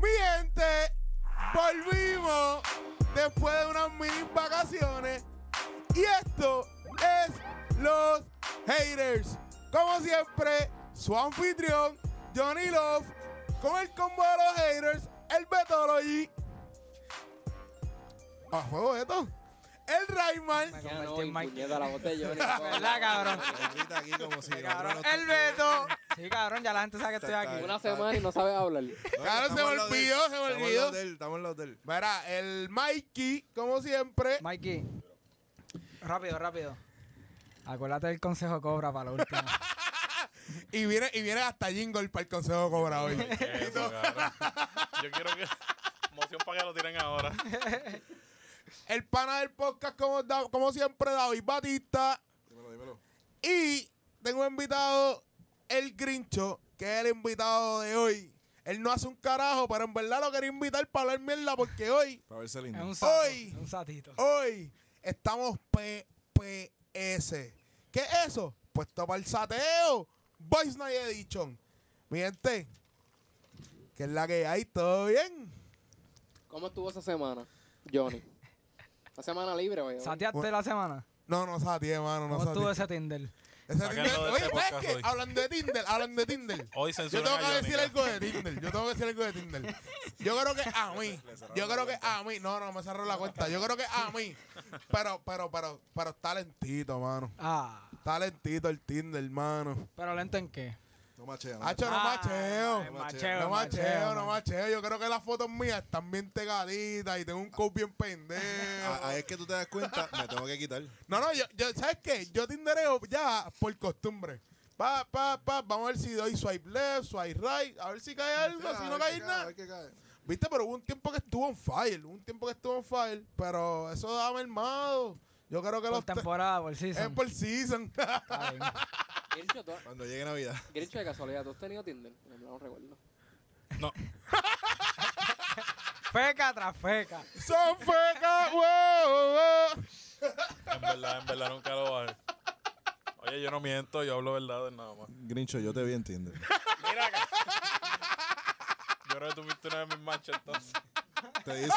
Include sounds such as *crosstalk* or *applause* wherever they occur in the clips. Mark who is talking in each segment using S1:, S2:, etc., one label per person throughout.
S1: Mi gente, volvimos después de unas mini vacaciones. Y esto es Los Haters. Como siempre, su anfitrión, Johnny Love, con el combo de los haters, el Betology. ¿A fuego esto? El Rayman.
S2: Ya
S3: Con
S2: no,
S3: Martín
S2: y
S3: Mike.
S2: puñeta, la voz de
S3: *laughs*
S2: Johnny.
S3: ¿Verdad, cabrón?
S4: Grita aquí como si
S3: cabrón.
S4: nosotros-
S3: El Beto. Sí, cabrón, ya la gente sabe que estoy
S4: Está-
S3: aquí.
S2: Una semana y no sabe hablar.
S4: No,
S1: Claro,
S4: estamos
S1: se
S4: en la
S1: volvió,
S4: del-
S1: se volvió.
S4: Estamos en la hotel,
S1: Verá, el Mikey, como siempre.
S3: Mikey. Rápido, rápido. Acuérdate del consejo cobra para
S1: *laughs*
S3: lo último.
S1: Y viene, y viene hasta Jingle para el consejo cobra
S3: *laughs*
S1: hoy.
S5: Eso, cabrón. Yo quiero que. *laughs* Moción para que lo tiren ahora.
S1: El pana del podcast, como, da- como siempre, David Batista.
S4: Dímelo, dímelo.
S1: Y tengo invitado el Grincho, que es el invitado de hoy. Él no hace un carajo, pero en verdad lo quería invitar para hablar mierda porque hoy,
S4: Para verse
S3: Es
S4: lindo.
S3: un sato.
S1: Hoy.
S3: es un satito.
S1: hoy, estamos PPS. ¿Qué es eso? Puesto para el sateo. Voice Night Edition. Mi gente, que es la que hay, todo bien.
S2: ¿Cómo estuvo esa semana, Johnny? Una semana libre, güey.
S3: ¿Sateaste
S1: Bueno.
S3: la semana?
S1: No, no satie, hermano, no
S3: ¿Cómo estuvo
S1: satie.
S3: ese Tinder?
S1: Ese
S5: Sácalo
S1: Tinder-
S5: de
S1: oye,
S5: este
S1: ¿sabes
S5: podcast
S1: qué?
S5: hoy.
S1: Hablando de Tinder, hablando de Tinder.
S5: *laughs* Hoy
S1: Yo
S5: censuran
S1: tengo
S5: a
S1: que
S5: Johnny,
S1: decir
S5: ya.
S1: algo de Tinder. Yo tengo que decir algo de Tinder. Yo creo que a
S5: *laughs*
S1: mí. Yo creo que a mí. No, no, me cerró la cuenta. Yo creo que a mí. Pero, pero, pero, pero está lentito, mano.
S3: Ah,
S1: Está lentito el Tinder, hermano.
S3: pero lento en qué?
S4: No machea, no
S1: Hacho, no
S3: Ah,
S1: macheo.
S3: ay,
S1: No macheo, no
S3: man.
S1: macheo. Yo creo que las fotos mías están bien pegaditas y tengo un coat bien
S5: Ah,
S1: pendejo.
S4: Ah, Ahí es que tú te
S1: *laughs*
S4: das cuenta, me tengo que quitar.
S1: No, no, yo, yo- ¿sabes qué? Yo tindereo ya por costumbre. Pa, pa, pa, vamos a ver si doy swipe left, swipe right, a ver si cae algo, si no cae nada. Viste, pero hubo un tiempo que estuvo en fire, hubo un tiempo que estuvo en fire, pero eso da mermado. Yo creo que
S3: Por
S1: los te-
S3: temporada, por season.
S1: es por season. *laughs*
S3: Está bien.
S2: Grincho, tú-
S4: Cuando llegue Navidad.
S2: Grincho, de casualidad, ¿tú has tenido Tinder? No, no recuerdo.
S5: No.
S3: Feca tras feca.
S1: Son fecas, wow, wow.
S5: En verdad, en verdad nunca lo bajé. Oye, yo no miento, yo hablo verdades nada más.
S4: Grincho, yo te vi en Tinder.
S5: Mira acá. Yo creo que tú viste una de mis manchas entonces.
S4: Te hizo.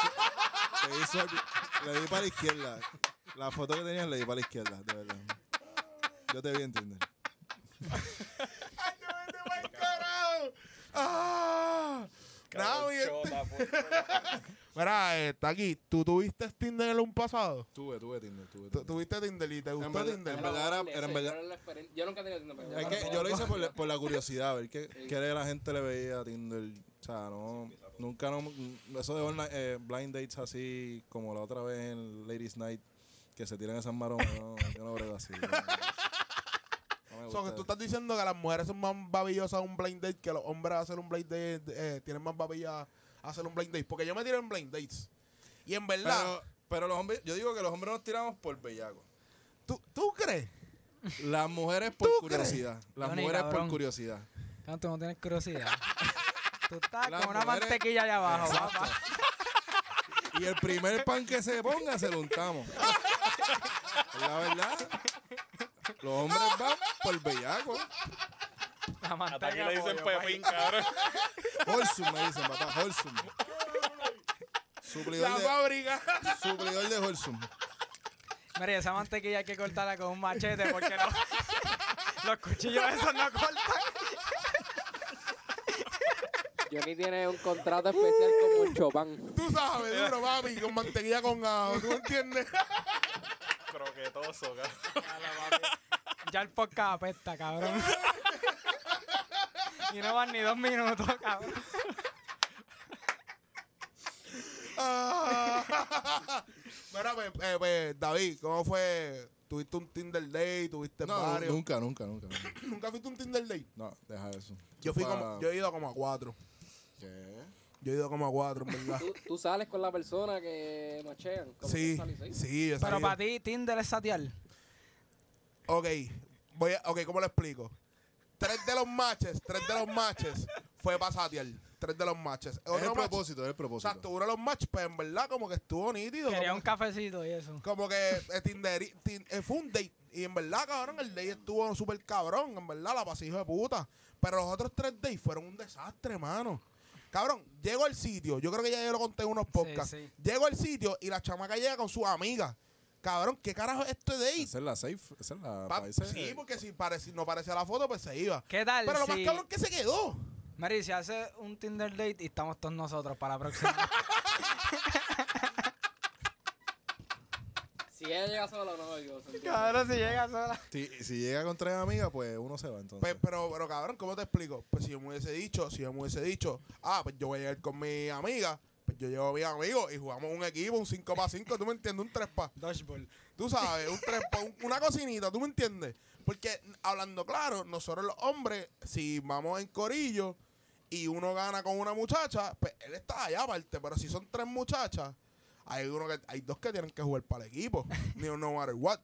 S4: Te hizo. Le di para la izquierda. La foto que tenías le di para la izquierda, de verdad. Yo te vi en Tinder.
S1: Ay, no vete pa'l carajo. *laughs* Ah. Nada, mi gente.
S5: Chota, pues, puto.
S1: Mira, eh, está aquí. ¿Tú tuviste Tinder en un pasado?
S4: Tuve, tuve Tinder, tuve.
S1: ¿Tú- ¿Tuviste Tinder y te gustó
S4: verdad-
S1: Tinder?
S4: En verdad era- era en
S2: Sí,
S4: verdad-
S2: era la experiencia- Yo nunca he tenido Tinder. pero-
S4: Es que yo lo hice por, la- por la curiosidad, a ver qué, qué la gente le veía a Tinder. O sea, no, nunca no, eso de online- eh, blind dates así como la otra vez en Ladies Night, que se tiran esas maromas, no, yo no brego así. no. No me
S1: O sea, que
S4: gusta.
S1: tú estás diciendo que las mujeres son más babillosas a un blind date que los hombres a hacer un blind date eh, tienen más babilla a hacer un blind date. Porque yo me tiré en blind dates. Y en verdad,
S4: pero, pero los hombres, yo digo que los hombres nos tiramos por bellaco.
S1: ¿tú, ¿tú
S4: *laughs*
S1: crees?
S4: Las mujeres por
S1: ¿Tú crees?
S4: curiosidad. Las
S3: Tony,
S4: mujeres
S3: cabrón.
S4: por curiosidad.
S3: Cabrón, tú no tienes
S1: *laughs*
S3: curiosidad. Tú estás
S4: Las
S3: con una
S4: mujeres-
S3: mantequilla allá abajo,
S4: Exacto.
S3: papá.
S4: *laughs* Y el primer pan que se ponga se lo untamos. La verdad, los hombres van por bellaco.
S3: La
S5: Hasta aquí
S3: manteca
S5: le dicen
S3: pollo,
S5: Pepín, cabrón.
S4: Holsum me dicen, papá, Holsum.
S1: La
S4: Suplidor de,
S1: fábrica.
S4: suplidor de Holsum.
S3: pa. Mira, y esa mantequilla hay que cortarla con un machete porque no, *laughs* los cuchillos esos no cortan.
S2: Johnny tiene un contrato especial
S4: Uh.
S2: con un Chopin.
S1: Tú sabes, duro, papi, con mantequilla con ajo. ¿Tú entiendes? *laughs*
S5: Croquetoso, cabrón.
S3: Ya el podcast apesta, cabrón. Y no van ni dos minutos, cabrón.
S1: Ah. Mira, pues, eh, pues, David, ¿cómo fue? ¿Tuviste un Tinder date? ¿Tuviste
S4: No,
S1: varios?
S4: nunca, nunca, nunca.
S1: ¿Nunca fuiste a un Tinder date?
S4: No, deja eso.
S1: Yo fui
S4: Pa-
S1: como, yo he ido como a cuatro.
S4: ¿Qué?
S1: Yo he ido como a cuatro, en
S2: *laughs*
S1: verdad.
S2: Tú, tú sales con la persona que machean. ¿Cómo
S1: sí,
S2: tú sales, eh?
S1: sí, yo he
S3: Pero
S1: salido.
S3: para ti, Tinder es satear.
S1: Ok, voy a, ok, ¿cómo lo explico? Tres de los matches, tres de los matches fue para Satial. Tres de los matches.
S4: Es el
S1: match-
S4: propósito, es el
S1: o
S4: propósito.
S1: sea, uno de los matches, pues en verdad, como que estuvo nítido.
S3: Quería
S1: Como,
S3: un cafecito y eso.
S1: como que eh, tinderi- tin- eh, fue un date. Y en verdad, cabrón, el date estuvo súper cabrón. En verdad, la pasijo de puta. Pero los otros tres dates fueron un desastre, mano. Cabrón, llego al sitio. Yo creo que ya yo lo conté en unos podcasts.
S3: sí.
S1: Llego al sitio y la chamaca llega con su amiga. Cabrón, ¿qué carajo es este date?
S4: Esa es la safe, esa es la...
S1: Pa-
S4: parece-
S1: sí, porque si pareci- no parecía la foto, pues se iba.
S3: ¿Qué tal
S1: Pero lo más
S3: si-
S1: cabrón que se quedó.
S3: Mary, si hace un Tinder date y estamos todos nosotros para la próxima.
S2: Si ella llega sola, no lo digo. se entiende.
S3: Cabrón, si llega sola.
S4: Si, si llega con tres amigas, pues uno se va entonces.
S1: Pe- pero, pero cabrón, ¿cómo te explico? Pues si yo me hubiese dicho, si yo me hubiese dicho, ah, pues yo voy a ir con mi amiga, pues yo llevo a mis amigos y jugamos un equipo, un 5 para 5, tú me entiendes, un 3 para.
S3: Dodgeball.
S1: Tú sabes, un 3 para, una cocinita, tú me entiendes. Porque hablando claro, nosotros los hombres, si vamos en corillo y uno gana con una muchacha, pues él está allá aparte, pero si son tres muchachas, hay uno que hay dos que tienen que jugar para el equipo, *laughs* ni no matter what.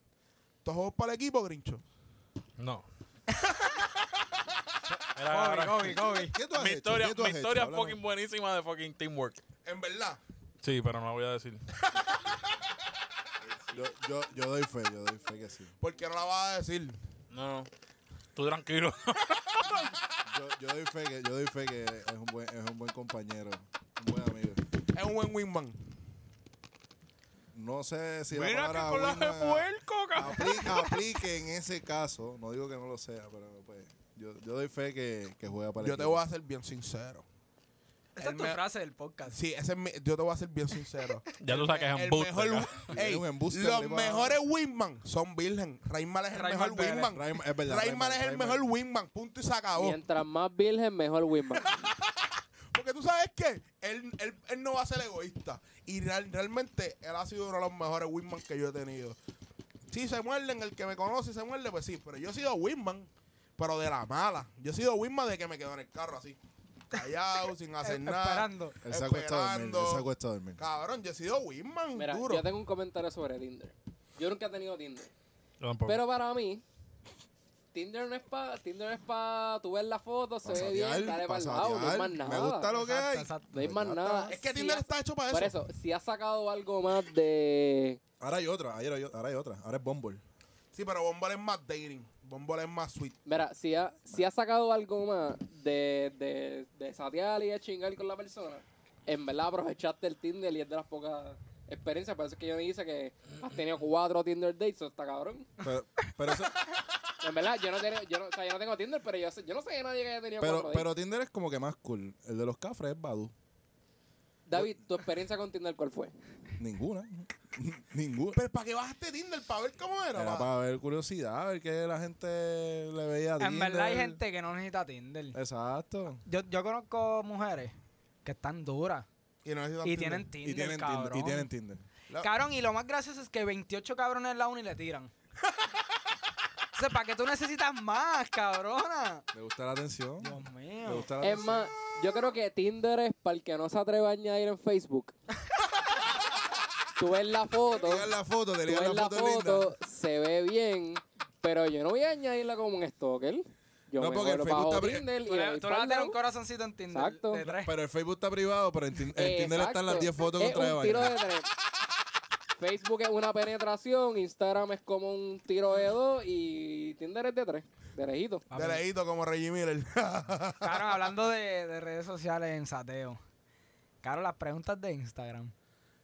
S1: ¿Tú juegas para el equipo, Grincho?
S5: No.
S3: Kobe,
S5: Era-
S3: Kobe, Kobe.
S4: ¿Qué tú has
S5: Mi
S4: hecho?
S5: historia,
S4: ¿Qué tú
S5: mi
S4: has hecho?
S5: historia
S4: Háblame.
S5: fucking buenísima de fucking teamwork.
S1: En verdad.
S5: Sí, pero no la voy a decir.
S4: Yo, yo, yo doy fe, yo doy fe que sí.
S1: ¿Por qué no la vas a decir?
S5: No. Tú tranquilo.
S4: Yo, yo doy fe que, yo doy fe que es un buen, es un buen compañero, un buen amigo.
S1: Es un buen winman.
S4: No
S5: *laughs*
S4: sé si la palabra buena aplica, aplique en ese caso. No digo que no lo sea, pero pues yo, yo doy fe que, que juega para el
S1: Yo te
S4: equipo.
S1: voy a ser bien sincero.
S3: *laughs* Esa
S1: Él
S3: es tu
S1: me-
S3: frase del podcast.
S1: Sí, ese es mi- yo te voy a ser bien
S4: *laughs*
S1: sincero.
S5: Ya tú sabes que es
S1: El
S5: embuste.
S1: mejor
S5: cabrón.
S1: wi-
S4: Eres
S1: Ey,
S4: un embuste,
S1: los
S4: arriba.
S1: mejores wingman son virgen. Rayman es el
S3: Rayman
S1: mejor
S3: Pérez.
S1: wingman.
S4: Rayman- es verdad,
S1: Rayman
S4: Rayman,
S1: es el
S4: Rayman.
S1: mejor wingman. Punto y se acabó.
S2: Mientras más virgen, mejor
S4: *laughs*
S2: Winman.
S1: Porque tú sabes que él, él, él no va a ser egoísta. Y real- realmente él ha sido uno de los mejores wingman que yo he tenido. Si se muerden, el que me conoce se muerde, pues sí. Pero yo he sido wingman, pero de la mala. Yo he sido wingman de que me quedo en el carro así. Callado, *laughs* sin
S3: Eh,
S1: hacer nada.
S3: Esperando.
S4: Él se acuesta a dormir, él se
S1: Esperando.
S4: acuesta a dormir.
S1: Cabrón, yo he sido wingman
S2: Mira,
S1: duro.
S2: yo tengo un comentario sobre Tinder. Yo nunca he tenido Tinder.
S5: Yo tampoco.
S2: Pero para mí, Tinder no es para. Tinder no es para. Tú ves la foto, se ve bien, dale para el lado. No hay más nada.
S4: Me gusta lo que
S3: Exacto,
S4: hay.
S3: exacto.
S2: No hay más
S4: Ya
S2: nada.
S1: Es que
S2: Si
S1: Tinder
S2: has-
S1: está hecho para eso.
S2: Por eso, si has sacado algo más de.
S4: Ahora hay otra, ahora hay, ahora hay otra. Ahora es Bumble.
S1: Sí, pero Bumble es más dating. Bumble es más sweet.
S2: Mira, si, ha- si has sacado algo más de, de, de satear y de chingar con la persona, en verdad aprovechaste el Tinder y es de las pocas experiencias. Por eso es que yo me dice que has tenido cuatro Tinder dates, eso está cabrón.
S4: Pero, pero, eso-
S2: En verdad, yo no, tengo, yo no, o sea, yo no tengo Tinder, pero yo, sé- yo no sé de nadie que haya tenido
S4: pero,
S2: cuatro
S4: pero
S2: dates.
S4: Tinder es como que más cool. El de los cafres es Badu.
S2: David, ¿tu experiencia con Tinder cuál fue?
S4: Ninguna. *laughs* Ninguna.
S1: Pero ¿para qué bajaste Tinder? ¿Para ver cómo era?
S4: Era
S1: pa-
S4: para ver curiosidad, a ver qué la gente le veía a Tinder.
S3: En verdad hay gente que no necesita Tinder.
S4: Exacto.
S3: Yo, yo conozco mujeres que están duras
S1: Y, no necesitas
S3: y
S1: Tinder.
S3: tienen Tinder,
S4: y, tienen
S3: cabrón.
S4: Tinder, y tienen Tinder.
S1: La-
S3: Cabrón, y lo más gracioso es que 28 cabrones en la uni le *laughs* tiran. o sea, ¿para qué tú necesitas más, cabrona?
S4: Le gusta la atención.
S3: Dios
S4: Le
S3: mío.
S4: gusta la
S2: Es
S4: atención.
S2: más, yo creo que Tinder es para el que no se atreve a añadir en
S4: *laughs*
S2: Facebook. Tú ves la foto,
S4: Te ligan la foto, te
S2: tú
S4: ligan
S2: ves
S4: la
S2: la
S4: foto linda.
S2: foto, se ve bien, pero yo no voy a añadirla como un stalker. Yo
S4: No,
S2: me
S4: porque el
S2: vuelvo
S4: Facebook
S2: bajo
S4: está pri-
S2: Tinder y
S3: Tú le,
S2: voy
S3: tú le vas a
S2: pa'l
S3: tener un
S2: lado.
S3: corazoncito en Tinder.
S2: Exacto.
S3: De tres.
S4: Pero el Facebook está privado, pero en, Tin- en Tinder están las
S2: Eh, Exacto.
S4: 10 fotos
S2: es
S4: contra de
S2: un tiro
S4: vaina.
S2: de tres. Facebook es una penetración, Instagram es como un tiro de dos y Tinder es de tres, de lejito.
S4: Ah.
S1: De leíto como Reggie Miller.
S3: Cabrón, hablando de, de redes sociales en sateo. Claro, las preguntas de Instagram.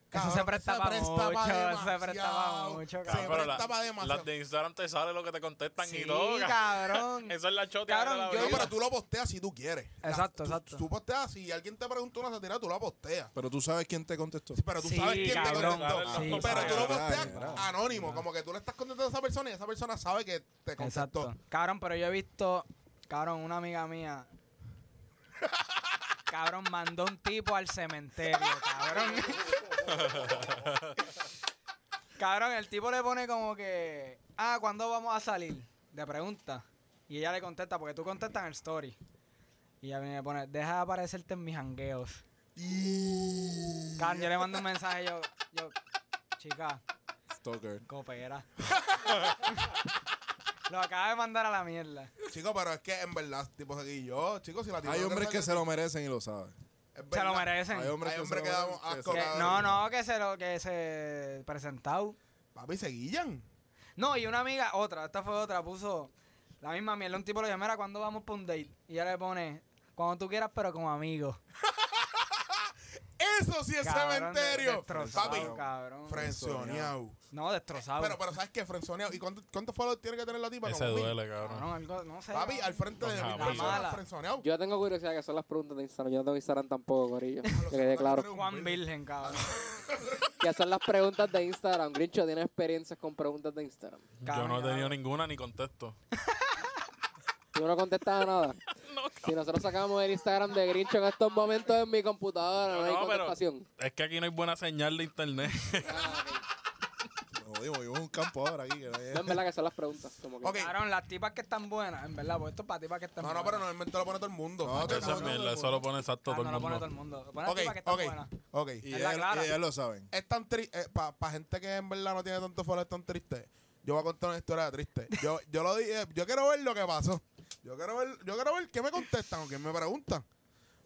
S1: Cabrón,
S3: eso se presta para
S1: presta
S3: mucho,
S1: pa'
S3: eso se
S1: demasiado.
S3: presta para mucho,
S1: Se
S5: Cabrón,
S3: cabrón.
S5: pero
S1: presta
S5: la-
S1: pa' demasiado.
S5: Las de Instagram te sale lo que te contestan
S3: Sí,
S5: y todo. ca-
S3: cabrón.
S5: Eso es la chotea
S3: Cabrón,
S5: de la
S1: *laughs*
S3: yo-
S1: no,
S5: vida.
S1: pero tú lo posteas si tú quieres. La-
S3: Exacto,
S1: tú-
S3: exacto.
S1: Tú posteas, si alguien te pregunta una sátira, tú la posteas.
S4: Pero tú sabes quién te contestó.
S1: Pero tú
S3: Sí,
S1: sabes quién
S3: cabrón,
S1: te contestó.
S5: sí,
S1: pero tú lo
S4: sí.
S1: posteas
S4: Claro, claro.
S1: anónimo, como que tú le estás contestando a esa persona y esa persona sabe que te contestó.
S3: Exacto. Cabrón, pero yo he visto, cabrón, una amiga mía. Cabrón, mandó un tipo al cementerio, cabrón. cabrón, el tipo le pone como que, ah, ¿cuándo vamos a salir? Le pregunta. Y ella le contesta, porque tú contestas en el story. Y ella viene y le pone, deja de aparecerte en mis jangueos. Cabrón, yo le mando un mensaje, yo, yo, chica,
S4: Stalker.
S3: coopera. *laughs* Lo acaba de mandar a la mierda.
S1: Chico, pero es que en verdad, tipo, aquí yo, chicos, si la tipa
S4: Hay
S1: no
S4: hombres
S1: saca-
S4: que se lo merecen y lo saben.
S1: es
S3: Se lo
S1: verdad.
S3: merecen.
S4: Hay hombres
S1: Hay
S4: que
S1: hombres
S4: se
S1: que
S4: lo
S1: dan
S4: merecen, que
S1: asco,
S4: se-
S3: Que-
S1: cabrón.
S3: no, no, que se lo que se presentado.
S1: Papi, se guillan.
S3: No, y una amiga, otra, esta fue otra, puso la misma mierda. Un tipo le dijo, mira, ¿cuándo vamos para un date? Y ella le pone, cuando tú quieras, pero como
S1: *laughs*
S3: amigos.
S1: Eso sí es
S3: Cabrón, de-
S1: cementerio.
S3: destrozado,
S1: Papi,
S3: cabrón.
S1: frenzoneado.
S3: No, destrozado.
S1: Pero, pero ¿sabes qué? Frenzoneado. ¿Y cuánto- cuántos followers tiene que tener la tipa?
S5: Ese
S1: Como mil.
S5: duele, cabrón.
S3: Cabrón, algo, no sé.
S1: Papi,
S3: cabrón.
S1: al frente de
S5: Ajá,
S1: mil
S5: papi.
S1: personas
S3: Mala.
S1: frenzoneado.
S2: Yo tengo curiosidad que son las preguntas de Instagram. Yo no tengo Instagram tampoco, Corillo.
S4: Ah,
S1: Carlos,
S2: Que quede
S1: tú
S2: claro.
S1: eres un
S3: Juan
S1: vil.
S3: Virgen, cabrón.
S2: Que son las preguntas de Instagram. Grincho, ¿tienes experiencias con preguntas de Instagram?
S5: Yo no he
S3: Cabrón.
S5: tenido ninguna ni contesto.
S2: Tú no contestabas nada. si nosotros sacamos el Instagram de Grincho en estos momentos en mi computadora, no, hay
S5: No, pero
S2: contestación.
S5: es que aquí no hay buena señal de *laughs* internet.
S4: Lo jodimos, vivimos en un campo ahora aquí. Que no hay-
S2: No, en verdad que son las preguntas. Como que,
S1: *laughs* Ok.
S3: Cabrón, las tipas que están buenas, en verdad, porque esto es para tipas que están
S1: No, no,
S3: buenas.
S1: pero normalmente lo pone todo el mundo.
S4: No,
S1: Macho,
S4: te-
S5: Eso es
S4: no, no,
S5: mierda,
S4: no.
S5: eso lo pone exacto
S3: Ah,
S5: todo
S3: no
S5: el
S3: lo pone todo
S5: mundo.
S3: el mundo. Pone
S1: Ok,
S3: tipas que están
S1: ok,
S3: buenas.
S1: ok.
S4: Y
S3: Es la
S4: ellas,
S3: clara.
S4: y ellas lo saben.
S1: Es tan triste, para gente que en verdad no tiene tanto follow, es tan triste. Yo voy a contar una historia triste.
S3: *laughs*
S1: Yo, yo lo dije, yo quiero ver lo que pasó. Yo quiero ver, yo quiero ver qué me contestan o qué me preguntan.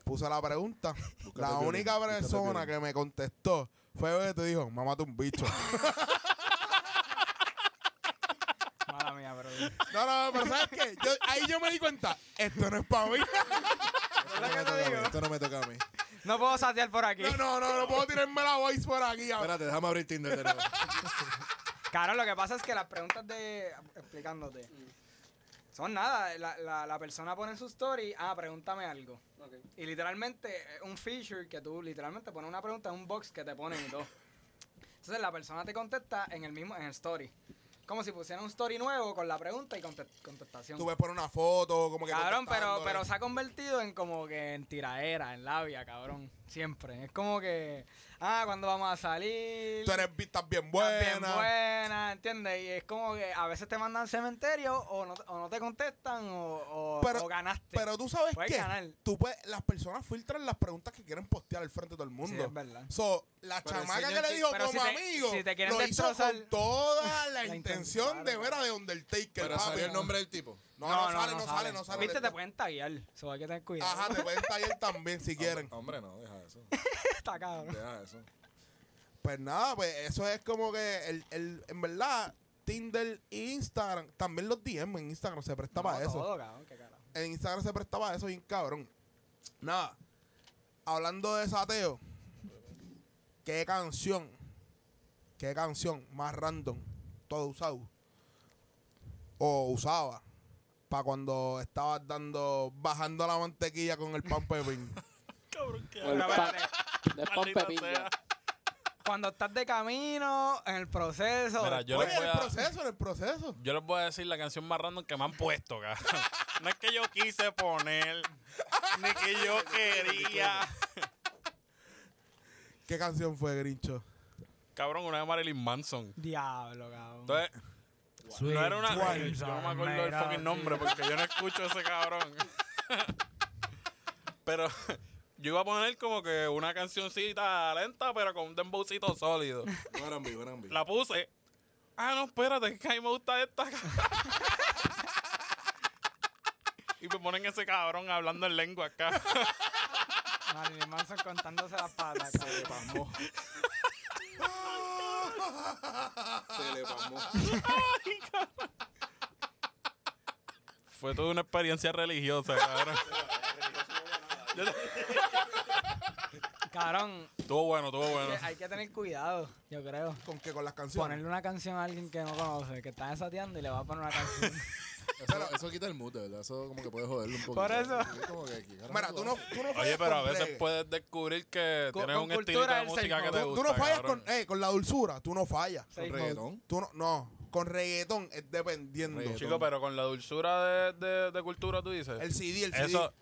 S1: Puse la pregunta.
S4: Búscate
S1: La
S4: violín,
S1: única
S4: búscate
S1: persona
S4: violín.
S1: que me contestó fue Beto te dijo, mamate un bicho.
S3: Mala mía,
S1: *laughs*
S3: pero.
S1: No, no, pero ¿sabes qué? Yo- ahí yo me di cuenta, esto no es
S3: *laughs*
S1: para mí.
S4: Esto no me toca a mí, Esto *laughs* no me toca a mí.
S3: No puedo satear por aquí.
S1: No, no, no, no puedo tirarme la voice por aquí. ahora.
S4: Espérate, déjame abrir Tinder de *laughs* nuevo.
S3: Claro, lo que pasa es que las preguntas de. explicándote. Son nada. La, la, la persona pone en su story, ah, pregúntame algo.
S2: ok.
S3: Y literalmente, es un feature que tú literalmente pones una pregunta en un box que te ponen y todo. Entonces la persona te contesta en el mismo, en el story. Como si pusieran un story nuevo con la pregunta y conte- contestación.
S1: Tú ves por una foto, como que.
S3: Cabrón, pero,
S1: contestándole.
S3: pero se ha convertido en como que en tiraera, en labia, cabrón. Siempre. Es como que, ah, cuando vamos a salir?
S1: Tú eres, estás bien
S3: Estás
S1: buena.
S3: Bien buena, ¿entiendes? Y es como que a veces te mandan al cementerio o no, o no te contestan o, o-
S1: Pero-
S3: o ganaste.
S1: Pero tú sabes
S3: Puedes
S1: que
S3: ganar.
S1: tú puedes, las personas filtran las preguntas que quieren postear al frente de todo el
S3: Sí,
S1: mundo.
S3: es verdad.
S1: So, la
S4: Pero
S1: chamaca
S4: enseñan
S1: que le
S4: que-
S1: dijo
S3: pero
S1: como
S3: si te-
S1: amigo,
S3: si te quieren
S1: lo hizo
S3: destrozar-
S1: con
S3: *laughs*
S1: toda la,
S3: La
S1: intención de
S3: intención,
S1: ver a The Undertaker.
S4: Pero
S1: papi.
S4: salió el nombre del tipo.
S1: No, no, sale, no, sale, no sale.
S3: Viste, te pueden Ah, taguear. Eso hay que tener cuidado.
S1: Ajá, te pueden tallar también si quieren.
S4: Hombre, no, deja eso.
S3: *laughs* Está cabrón.
S4: Deja eso.
S1: Pues nada, pues eso es como que el, el, en verdad, Tinder e Instagram, también los DM en Instagram se presta para
S3: No,
S1: eso.
S3: todo, cabrón, qué carajo.
S1: En Instagram se prestaba eso bien cabrón. Nada. Hablando de sateo. ¿Qué canción? ¿Qué canción más random? Todo usado. O usaba. Para cuando estabas dando. bajando la mantequilla con el pan pepín.
S5: Cabrón, qué
S2: El
S3: Pero
S2: pan,
S3: espérate,
S2: de pan
S5: maldita
S2: pepilla.
S5: sea.
S3: Cuando estás de camino, en el proceso.
S5: Mira, *laughs* yo
S1: Oye,
S5: les
S1: en
S5: voy
S1: el
S5: a,
S1: proceso, en el proceso.
S5: yo les voy a decir la canción más random que me han puesto, *laughs* cabrón. No es que yo quise poner, *laughs* ni que yo quería.
S1: ¿Qué canción fue, Grincho?
S5: Cabrón, una de Marilyn Manson.
S3: Diablo, cabrón.
S5: Entonces, no era una.
S3: Sweet
S5: Yo no me acuerdo del
S3: Dreams
S5: fucking
S3: are
S5: nombre porque yo no escucho a ese cabrón. *laughs* Pero yo iba a poner como que una cancioncita lenta, pero con un dembowcito sólido.
S4: Guarambi, Guarambi.
S5: La puse. Ah, no, espérate, es que a mí me gusta esta. *laughs* y me ponen ese cabrón hablando en lengua acá. *laughs*
S3: Marilyn Manson contándose las patas. cabrón.
S4: Pamó. Se
S3: *laughs*
S4: le pamó.
S5: Fue toda una experiencia religiosa, cabrón.
S3: Cabrón,
S5: Estuvo bueno, estuvo bueno.
S3: que hay que tener cuidado, yo creo.
S1: ¿Con qué? Con las canciones.
S3: Ponerle una canción a alguien que no conoce, que está desateando y le va a poner
S1: *laughs*
S3: una canción.
S4: Eso, eso quita el mute, ¿verdad? Eso como que puede joderlo un poquito.
S3: Por eso.
S4: Es como que, ¿qué carajo
S1: Mira, tú no,
S4: haces?
S1: tú no fallas
S5: Oye, pero a
S1: con
S5: veces
S1: reggae.
S5: puedes descubrir que
S3: Con-
S5: tienes
S3: con
S5: un estilito
S3: cultura
S5: de
S3: del
S5: música que
S3: seis,
S5: te
S1: Tú,
S5: gusta.
S1: tú no fallas
S5: cabrón.
S1: con, eh, con la dulzura, tú no fallas.
S4: Con
S3: Seis
S4: reggaetón.
S1: Tú no, no, con reggaetón es dependiendo.
S4: Reggaetón.
S5: Chico, pero con la dulzura de, de- de cultura, tú dices.
S1: El CD, el CD.
S5: Eso,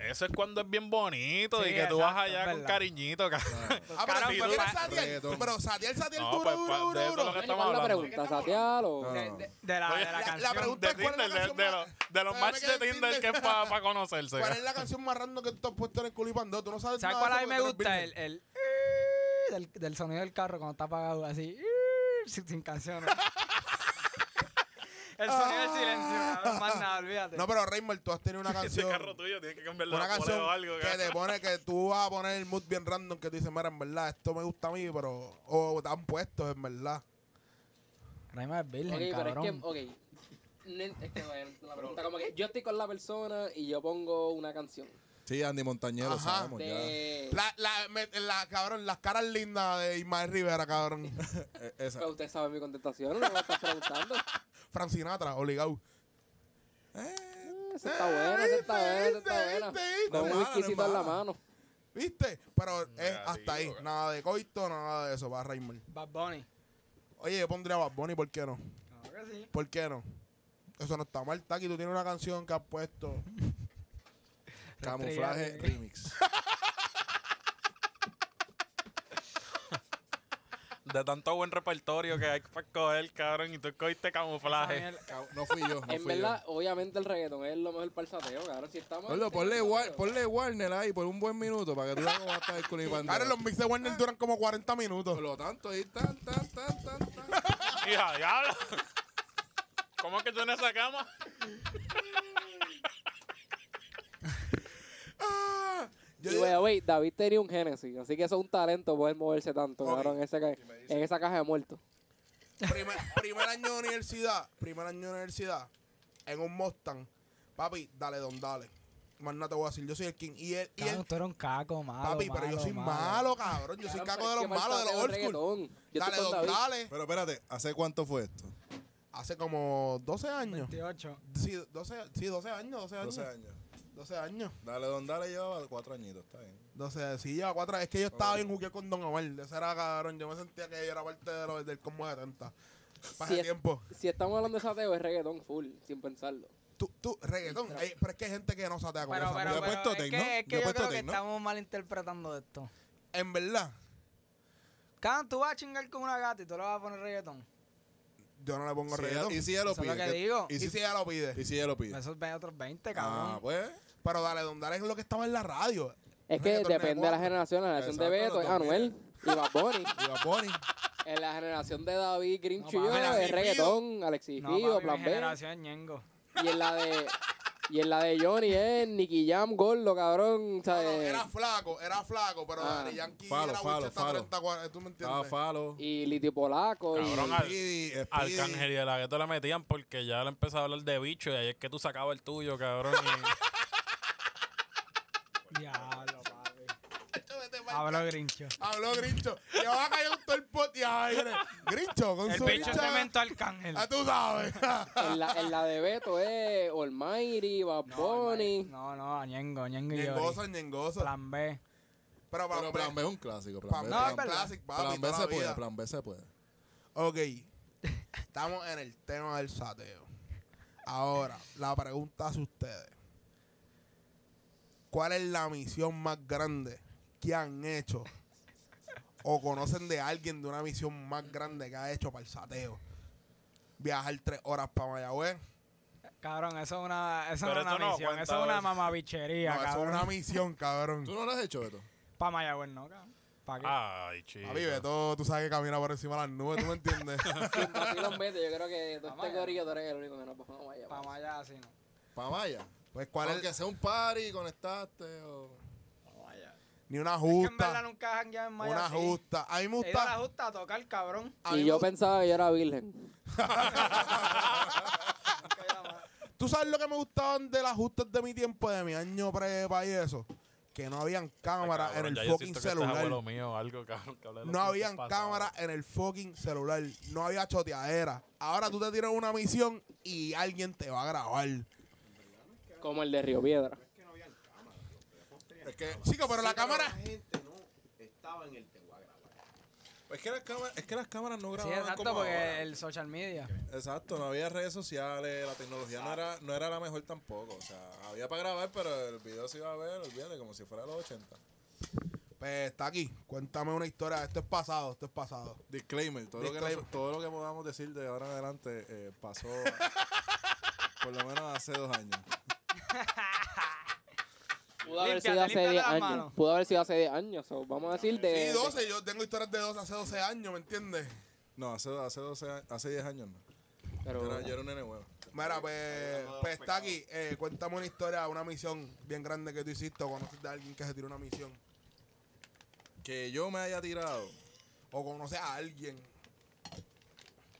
S5: Eso es cuando es bien bonito
S3: Sí,
S5: y que tú vas
S3: exacto,
S5: allá
S3: es
S5: con
S3: verdad.
S5: cariñito. ca-
S1: Ah, pero
S5: Caramba,
S1: si
S5: tú-
S1: tú eres
S5: pa-
S1: Satiel,
S4: reggaetón.
S1: pero Satiel, Satiel,
S5: No,
S1: duro,
S5: pues,
S1: duro,
S5: pa-
S1: duro,
S5: de eso es lo
S1: duro.
S5: que
S2: ¿Cuál es la
S5: hablando.
S2: pregunta? ¿Satial o...?
S4: No.
S3: De, de- de la, de la
S5: La- la
S3: canción.
S1: pregunta-
S5: De
S1: ¿cuál es la
S5: Tinder, de-
S1: canción
S5: de
S1: más-
S5: lo- de los
S1: Pero me
S5: matches
S1: quedé
S5: de
S1: en
S5: Tinder que
S1: Tinder.
S5: es para conocerse.
S1: ¿Cuál
S5: ca.
S1: es la canción más random que tú has puesto en el culipando? Tú no sabes
S3: ¿Sabes
S1: nada de
S3: cuál a mí
S1: eso
S3: me
S1: porque tú eres
S3: gusta? El,
S1: virgen.
S3: el del, del sonido del carro cuando está apagado, así. Sin,
S1: *laughs*
S3: sin canciones. el sonido del silencio, cabrón, más nada, olvídate.
S1: Ah. No, pero Raymond, tú has tenido una
S5: *laughs* *laughs* Ese
S1: canción.
S5: carro tuyo tiene que cambiarle
S1: una
S5: la bola
S1: canción
S5: o algo. ca.
S1: que te pone que tú vas a poner el mood bien random que tú dices, mira, en verdad, esto me gusta a mí, pero. O te han puesto, en verdad.
S3: Raima es virgen,
S2: Ok, pero es
S3: cabrón.
S2: que, oh, ok. No en- Es que, bueno, la pregunta como que yo estoy con la persona y yo pongo una canción.
S4: Sí, Andy Montañero,
S1: Ajá.
S4: sabemos Pues ya.
S2: De...
S1: La, la, me- la- cabrón, las caras lindas de Ismael Rivera, cabrón.
S4: E- Esa.
S2: Pero usted sabe mi contestación, no me estás preguntando.
S1: Francinatra, obligado.
S2: Eh, Esa está buena, esa está buena, esa está
S1: ¿Viste?
S2: buena.
S1: ¿Viste?
S2: Con
S4: No es
S2: un
S4: mala, no es
S2: exquisito en la
S4: mala.
S2: mano.
S1: ¿Viste? Pero es
S5: Ya,
S1: hasta ahí.
S5: digo, cara.
S1: Nada de coito, nada de eso, va Raymond.
S3: Bad Bunny.
S1: Oye, yo pondría a Bad Bunny, ¿por qué no?
S3: Claro que sí.
S1: ¿Por qué no? Eso no está mal, Taki. Tú tienes una canción que has puesto.
S4: Camuflaje
S3: Estrella de-
S4: remix.
S5: De tanto buen repertorio que hay para coger, cabrón, y tú cogiste
S1: Ah, eh.
S5: camuflaje.
S3: Samuel,
S4: No fui yo,
S2: *laughs*
S4: no
S2: En
S4: fui
S2: verdad, obviamente el reggaetón es lo mejor para el sateo, cabrón. Si
S4: yo.
S2: estamos...
S4: Ponlo, ponle, war- ponle Warner ahí por un buen minuto para que tú veas cómo va a estar el *laughs* culipando.
S1: Ahora los mix de Warner duran como 40 minutos.
S4: Por lo tanto, ahí tan, tan, tan, tan, tan.
S5: *laughs* Hija, ah, diablo. ¿Cómo es que tú en esa cama?
S1: Yo
S2: Y
S1: digo-
S2: wey, wey, David tenía un Genesis, así que eso es un talento poder moverse tanto,
S1: Ok.
S2: cabrón, en, esa ca- en esa caja de muertos.
S1: primer, primer año de universidad, primer año de universidad, en un Mustang, papi, dale, don, dale. Más nada te voy a decir, yo soy el king. Y él, y
S3: Cabrón,
S1: él
S3: tú eres un caco, malo.
S1: papi, pero yo soy malo, cabrón. Yo soy
S2: Cabrón,
S1: caco de
S2: pero
S1: los
S2: es que
S1: malos, de los
S2: falta
S1: old
S2: el
S1: school.
S2: reggaetón. Yo
S1: Dale,
S2: estoy
S1: don,
S2: con David.
S1: dale.
S4: Pero espérate, ¿hace cuánto fue esto?
S1: Hace como 12 años.
S3: 28.
S1: Sí, 12, sí, 12 años, 12 años.
S4: 12 años.
S1: 12 años.
S4: Dale, don Dale llevaba cuatro añitos, está bien.
S1: 12, sí, ya cuatro. Es que yo estaba bien jugué con Don Omar. Ese era cabrón. Yo me sentía que yo era parte de lo, del combo de 70. Para
S2: Si
S1: ese
S2: es-
S1: tiempo.
S2: Si estamos hablando de sateo, es reggaetón full, sin pensarlo.
S1: Tú, tú, reggaetón. Ey, pero es que hay gente que no satea con
S3: Pero,
S1: esa
S3: pero,
S1: música.
S4: Yo he
S3: pero
S4: puesto
S3: es
S4: tecno,
S3: que, es
S4: yo
S3: que
S4: he
S3: yo
S4: puesto
S3: creo que
S4: tecno.
S3: estamos malinterpretando esto.
S1: En verdad,
S3: Cabrón, tú vas a chingar con una gata y tú le vas a poner reggaetón.
S1: yo no le pongo
S4: Si
S1: reggaetón.
S4: ella- y si ella lo
S3: Eso es lo
S4: pide.
S3: que digo.
S4: Y, si,
S1: Y si ella lo pide.
S4: y si ella lo pide.
S3: Esos ve- otros 20,
S4: Ah,
S3: cabrón.
S4: pues.
S1: Pero dale, don Dale es lo que estaba en la radio.
S2: Es que
S1: Reggaetón
S2: depende de la
S1: nuevo.
S2: generación. La generación de
S4: Exacto,
S2: Beto
S4: los
S2: es
S4: 2000.
S2: Anuel y Bad Bunny.
S4: Y Bad
S1: *laughs*
S4: Bunny.
S2: En la generación de David Green
S3: No,
S2: Chillo
S3: papi,
S2: es
S1: Alexis
S2: reggaetón, Alexis
S3: no,
S2: Gio,
S3: papi, mi
S2: Plan B.
S3: generación es ñengo.
S2: Y en la de... Y en la de Johnny es Nicky Jam, Gordo, cabrón. o sea,
S1: No, no,
S2: eh,
S1: era flaco, era flaco, pero
S2: Ah.
S1: Daddy Yankee
S4: Falo,
S1: era
S4: falo,
S1: 80,
S4: falo.
S1: 30, 40, ¿tú me
S4: Estaba
S1: entiendes?
S4: Falo.
S2: y Litio Polaco. y-
S5: Cabrón, al,
S4: Speedy, Speedy.
S5: Arcángel y de la gueto le metían porque ya le empezaba a hablar de bicho y ahí es que tú sacabas el tuyo, cabrón.
S1: *laughs*
S5: y-
S3: Diablo, papi.
S1: Vete pa'l-
S3: Hablo grincho.
S1: Habló Grincho. Y va a caer un todo el pot y ay,
S3: *laughs*
S1: mire, Grincho, con
S3: El
S1: su
S3: bicho
S1: bicha.
S3: cemento arcángel.
S1: Ah, tú sabes.
S2: En la, en la de Beto es Almighty, Bad Bunny.
S3: No, no, ñengo, ñengo y Yori.
S1: ñengoso, ñengoso.
S3: Plan B.
S1: Pero,
S4: *laughs* Pero plan B es un clásico. Plan B,
S1: Plan B,
S3: No,
S4: plan,
S3: es verdad.
S1: Classic, papi,
S4: plan B
S1: toda
S4: se
S1: la
S4: puede.
S1: vida.
S4: Plan B se puede.
S1: Ok. Estamos en el tema del sateo. Ahora, la pregunta es a ustedes. ¿Cuál es la misión más grande que han hecho? ¿O conocen de alguien de una misión más grande que ha hecho para el sateo? Viajar tres horas para Mayagüez.
S3: Cabrón, eso es una, eso
S5: Pero
S3: no es una
S5: eso no
S3: misión.
S5: cuenta,
S3: eso es una
S5: ¿ves?
S1: No,
S3: mamabichería,
S1: eso es
S3: cabrón.
S1: una misión, cabrón.
S4: ¿Tú no lo has hecho, Beto?
S3: Pa' Mayagüez, no, cabrón. ¿Pa' qué?
S5: Ay, chico.
S1: Papi, Beto, tú sabes que camina por encima de las nubes, ¿tú me
S3: *laughs*
S1: entiendes?
S2: Sin vacilón, Beto, yo creo que todo
S3: Vamos
S2: este
S3: allá.
S2: corillo tú eres el único que no pues, vamos allá,
S3: Pa'
S2: vamos.
S3: Maya, así no.
S4: Pa' Maya.
S1: Pues, ¿cuál
S4: Aunque
S1: es?
S4: sea un party, conectaste o...
S1: Ni una
S3: Que en verdad
S1: justa.
S3: nunca he jangueado en Maya.
S1: Una
S3: así.
S1: justa. A mí me
S3: He ido a la
S1: gusta.
S3: justa a tocar, cabrón.
S1: a mí
S2: Y
S1: me
S2: yo
S1: gusta-
S2: pensaba que yo era virgen.
S3: Nunca he ido a la-
S1: ¿Tú sabes lo que me gustaban de las justas de mi tiempo, de mi año prepa y eso? Que no
S3: Ah,
S1: habían cámaras en el fucking
S5: este
S1: celular. No habían cámaras en el fucking celular. No había choteadera. Ahora tú te tiras una misión y alguien te va a grabar.
S2: Como el de Río Piedra.
S4: Es que...
S1: Chico, pero la
S6: Sí,
S1: cámara.
S6: La gente no estaba en el Tehuagra.
S4: Es que las cámaras, es que las cámaras no
S3: Sí,
S4: grababan
S3: exacto,
S4: como
S3: porque
S4: ahora.
S3: el social media.
S4: Exacto, no había redes sociales, la tecnología no era, no era la mejor tampoco. O sea, había para grabar, pero el video se iba a ver, olvídate, como si fuera los 80.
S1: Pues está aquí. Cuéntame una historia. Esto es pasado, esto es pasado.
S4: Disclaimer, todo, Lo, que
S1: Disclaimer.
S4: nos- todo lo que podamos decir de ahora en adelante eh, pasó *laughs* por lo menos hace dos años.
S2: Pudo haber
S3: Límpiate,
S2: sido hace
S3: límpiate
S2: 10
S3: las
S2: años.
S3: manos.
S2: Pudo haber sido hace 10 años. o vamos a decir de.
S3: Eh,
S1: Sí,
S2: de-
S1: 12. Yo tengo historias de 12 hace 12 años, ¿me entiendes?
S4: No, hace, hace, 12 años- hace 10 años no.
S2: pero-
S4: Yo era, yo era un nene bueno.
S1: Mira, pues, pues está aquí. Eh, cuéntame una historia, una misión bien grande que tú hiciste. O conociste a alguien que se tiró una misión.
S4: Que yo me haya tirado.
S1: O conoces a alguien.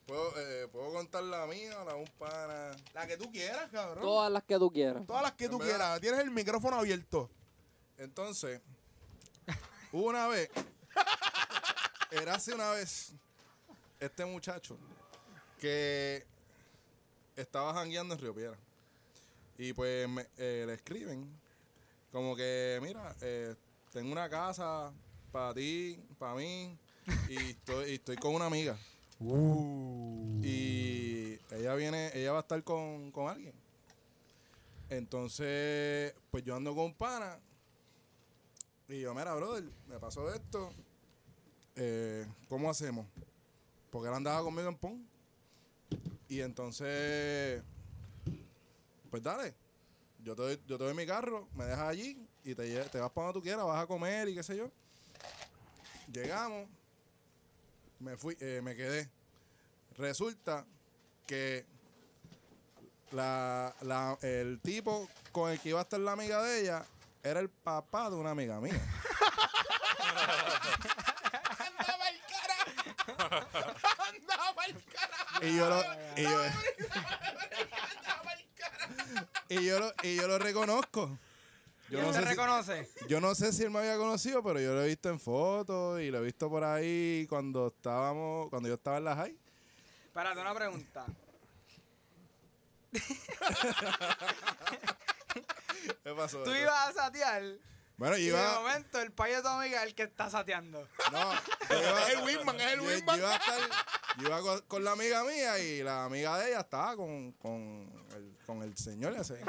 S4: Puedo, eh, puedo contar la mía, la de un pana.
S1: La que tú quieras, cabrón. Todas,
S2: Todas las que tú quieras.
S1: las que
S4: En
S1: tú
S4: verdad.
S1: quieras. Tienes el micrófono abierto.
S4: Entonces, hubo una vez, era hace una vez, este muchacho que estaba jangueando en Río Piedra. Y pues me- eh, le escriben, como que, mira, eh, tengo una casa para ti, para mí, y estoy, y estoy con una amiga. Y ella viene, ella va a estar con, con alguien. Entonces, pues yo ando con un pana y yo, mira, brother, me pasó esto. eh, ¿Cómo hacemos? Porque él andaba conmigo en PON. Y entonces, pues dale. Yo te, doy, yo te doy mi carro, me dejas allí y te, lle- te vas para donde tú quieras, vas a comer y qué sé yo. Llegamos, me fui, eh, me quedé. Resulta que la, la- el tipo con el que iba a estar la amiga de ella era el papá de una amiga mía.
S1: Andaba el cara. Andaba el cara.
S4: Y yo lo, y yo,
S1: Andaba el cara.
S4: y yo lo, y yo lo reconozco. Yo
S3: ¿Quién
S4: no,
S3: se
S4: sé si,
S3: reconoce?
S4: yo no sé si él me había conocido, pero yo lo he visto en fotos y lo he visto por ahí cuando estábamos, cuando yo estaba en la high.
S3: Espérate, una
S4: *laughs*
S3: pregunta.
S4: ¿Qué pasó?
S3: Tú ibas a satear
S4: Bueno, yo
S3: y de
S4: iba,
S3: momento el país de tu amiga es el que está sateando.
S1: *laughs*
S4: no, yo iba-
S1: Es el Winman, es el
S4: yo,
S1: Winman.
S4: yo iba a estar- yo iba con, con la amiga mía y la amiga de ella estaba con, con, el, con el señor ese.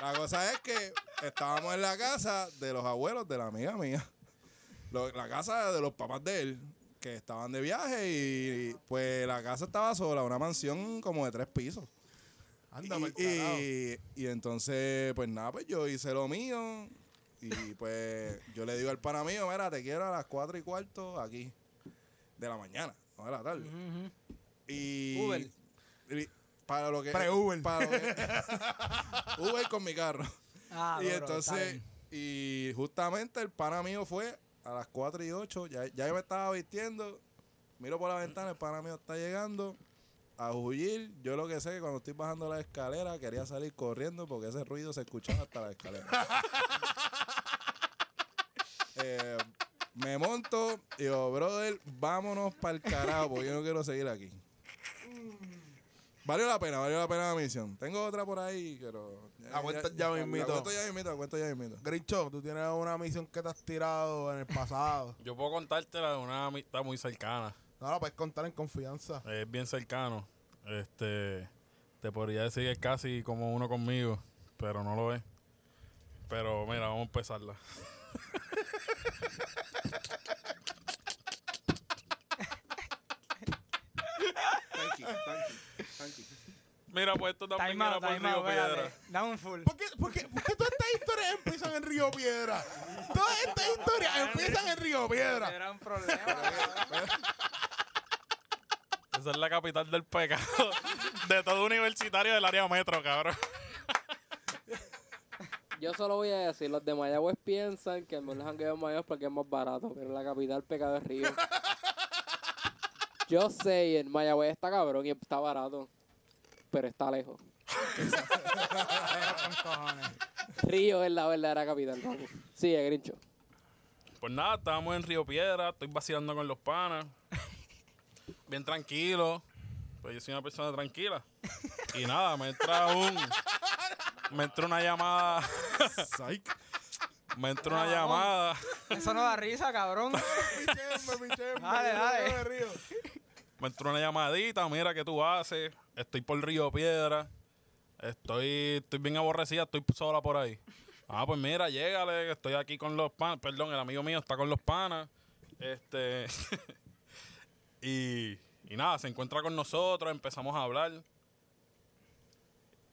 S4: La cosa es que estábamos en la casa de los abuelos de la amiga mía. Lo- la casa de los papás de él, que estaban de viaje y pues la casa estaba sola, una mansión como de tres pisos.
S1: Andaba el
S4: Y-
S1: cara.
S4: y, y entonces, pues nada, pues yo hice lo mío. Y pues yo le digo al pana mío, mira, te quiero a las 4 y cuarto aquí. De la mañana, no de la tarde. Y.
S3: Uber.
S4: y para lo que.
S1: Pre-Uber.
S4: para lo que- Uber con mi carro.
S3: Ah,
S4: y
S3: duro, está
S4: entonces.
S3: bien.
S4: Y justamente el pana mío fue a las 4 y 8. Ya, ya yo me estaba vistiendo. Miro por la ventana, el pana mío está llegando a huir. Yo lo que sé que cuando estoy bajando la escalera quería salir corriendo porque ese ruido se escuchaba hasta
S3: *laughs*
S4: la escalera. Eh, me monto y digo, brother, vámonos para el carajo porque yo no quiero seguir aquí.
S3: Mm.
S4: Valió la pena, valió la pena la misión. Tengo otra por ahí, pero...
S1: Aguanta ya mismito.
S4: Aguanta ya mismito, aguanta ya mismito.
S1: Grincho, tú tienes una misión que te has tirado en el pasado.
S5: Yo puedo contártela de una amistad muy cercana.
S1: No, la puedes contar en confianza.
S5: Es bien cercano. Este, te podría decir que es casi como uno conmigo, pero no lo es. Pero mira, vamos a empezarla. Mira, pues esto también
S3: Time
S5: era
S3: out,
S5: por
S3: time out,
S5: Río Piedra.
S3: espérate. Dame un full.
S1: ¿Por qué, por qué- por qué todas estas historias empiezan en Río Piedra? Todas estas historias empiezan en Río Piedra.
S3: Era un
S4: *laughs*
S3: problema. cabrón.
S5: Esa es la capital del pecado *laughs* de todo universitario del área metro, cabrón.
S2: Yo solo voy a decir: los de Mayagüez piensan que el mejor jangueo en Mayagüez porque es más barato. Pero la capital pecado es Río. Yo sé, y en Mayagüez está cabrón y está barato. Pero está lejos.
S3: Con cojones.
S2: Río es la verdadera capital, vamos. Sigue, Grincho.
S5: Pues nada, estábamos en Río Piedra, estoy vacilando con los panas. Bien tranquilo. Pues yo soy una persona tranquila. Y nada, me entra un. Me entra una llamada.
S4: Psych.
S5: *laughs* Me entró una llamada.
S3: Eso no da risa, cabrón.
S1: Pichenme, pichenme.
S3: Dale,
S1: yo no
S3: dale.
S1: me río.
S5: Me entró una llamadita, mira qué tú haces. Estoy por Río Piedra. Estoy, estoy bien aborrecida, estoy sola por ahí. Ah, pues mira, llégale, que estoy aquí con los panas. Perdón, el amigo mío está con los panas. Este. *laughs* y, y nada, se encuentra con nosotros, empezamos a hablar.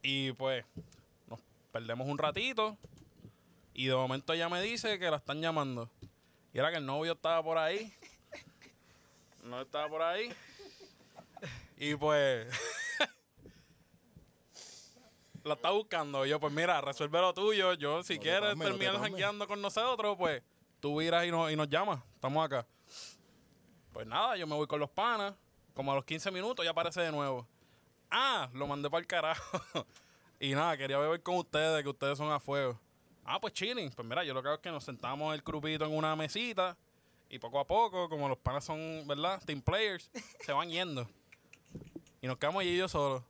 S5: Y pues, nos perdemos un ratito. Y de momento ella me dice que la están llamando. Y era que el novio estaba por ahí. *laughs* No estaba por ahí. Y pues. *laughs* la está buscando. Y Yo, pues mira, resuelve lo tuyo. Yo, si
S4: No te
S5: quieres
S4: tomes, no te
S5: terminar
S4: tomes.
S5: jangueando con nosotros, pues tú viras y, nos- y nos llamas. Estamos acá. Pues nada, yo me voy con los panas. Como a los 15 minutos ya aparece de nuevo. Ah, lo mandé para el carajo. *laughs* y nada, quería beber con ustedes, que ustedes son a fuego. Ah, pues chilling. Pues mira, yo lo que hago es que nos sentamos el grupito en una mesita y poco a poco, como los panas son, ¿verdad? Team players, se van yendo. Y nos quedamos allí yo solos.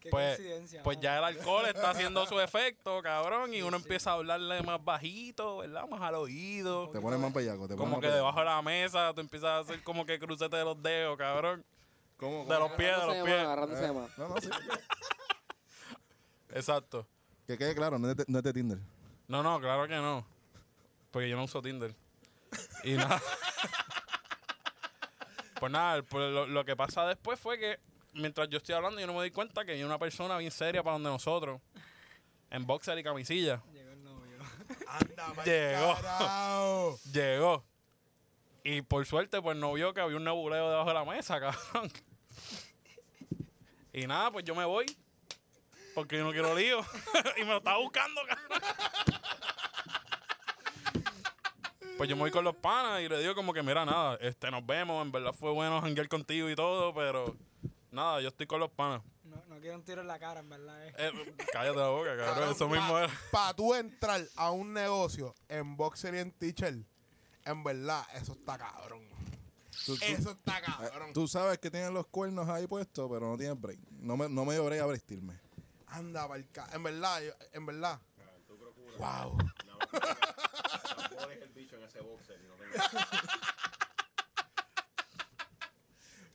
S3: Qué
S5: Pues,
S3: coincidencia.
S5: pues
S3: mano.
S5: ya el alcohol está haciendo su efecto, cabrón, y uno empieza a hablarle más bajito, ¿verdad? Más al oído.
S4: Te pones más bellaco. Te
S5: Como que debajo de la mesa, tú empiezas a hacer como que crucete de los dedos, cabrón.
S4: ¿Cómo?
S5: De los pies, de los
S2: Agarrándose de mano,
S5: pies.
S4: Eh.
S2: agarrándose de mano.
S4: No, no, sí.
S5: Exacto.
S4: Que quede claro, no es de, no es de Tinder.
S5: No, no, claro que no. Porque yo no uso Tinder. Y *laughs* nada. pues nada, el- pues lo, lo que pasa después fue que mientras yo estoy hablando, yo no me doy cuenta que viene una persona bien seria para donde nosotros. En boxer y camisilla.
S3: Llegó el novio.
S1: Anda, pa'l
S5: Llegó.
S1: carajo.
S5: Llegó. Y por suerte, pues no vio que había un nebuleo debajo de la mesa, cabrón. Y nada, pues yo me voy. Porque yo no quiero lío. y me lo estaba buscando, cabrón. Pues yo me voy con los panas y le digo como que, mira, nada, este, nos vemos. En verdad fue bueno janguear contigo y todo, pero nada, yo estoy con los panas.
S3: No, no quiero un tiro en la cara, en verdad. eh.
S5: Eh, cállate la boca, cabrón. Eso
S1: Cabrón,
S5: mismo
S1: pa-
S5: era.
S1: Pa' tú entrar a un negocio en boxer y en teacher, en verdad, eso está cabrón.
S4: Tú- tú-
S1: Eso está
S4: eh,
S1: cabrón.
S4: Tú sabes que tienen los cuernos ahí puestos, pero no tienes break. No me, no me dio break a vestirme.
S1: Anda, pa'l ca- En verdad, yo- en verdad.
S4: *laughs*
S1: Wow.
S6: Pones el bicho en ese boxer y no tengo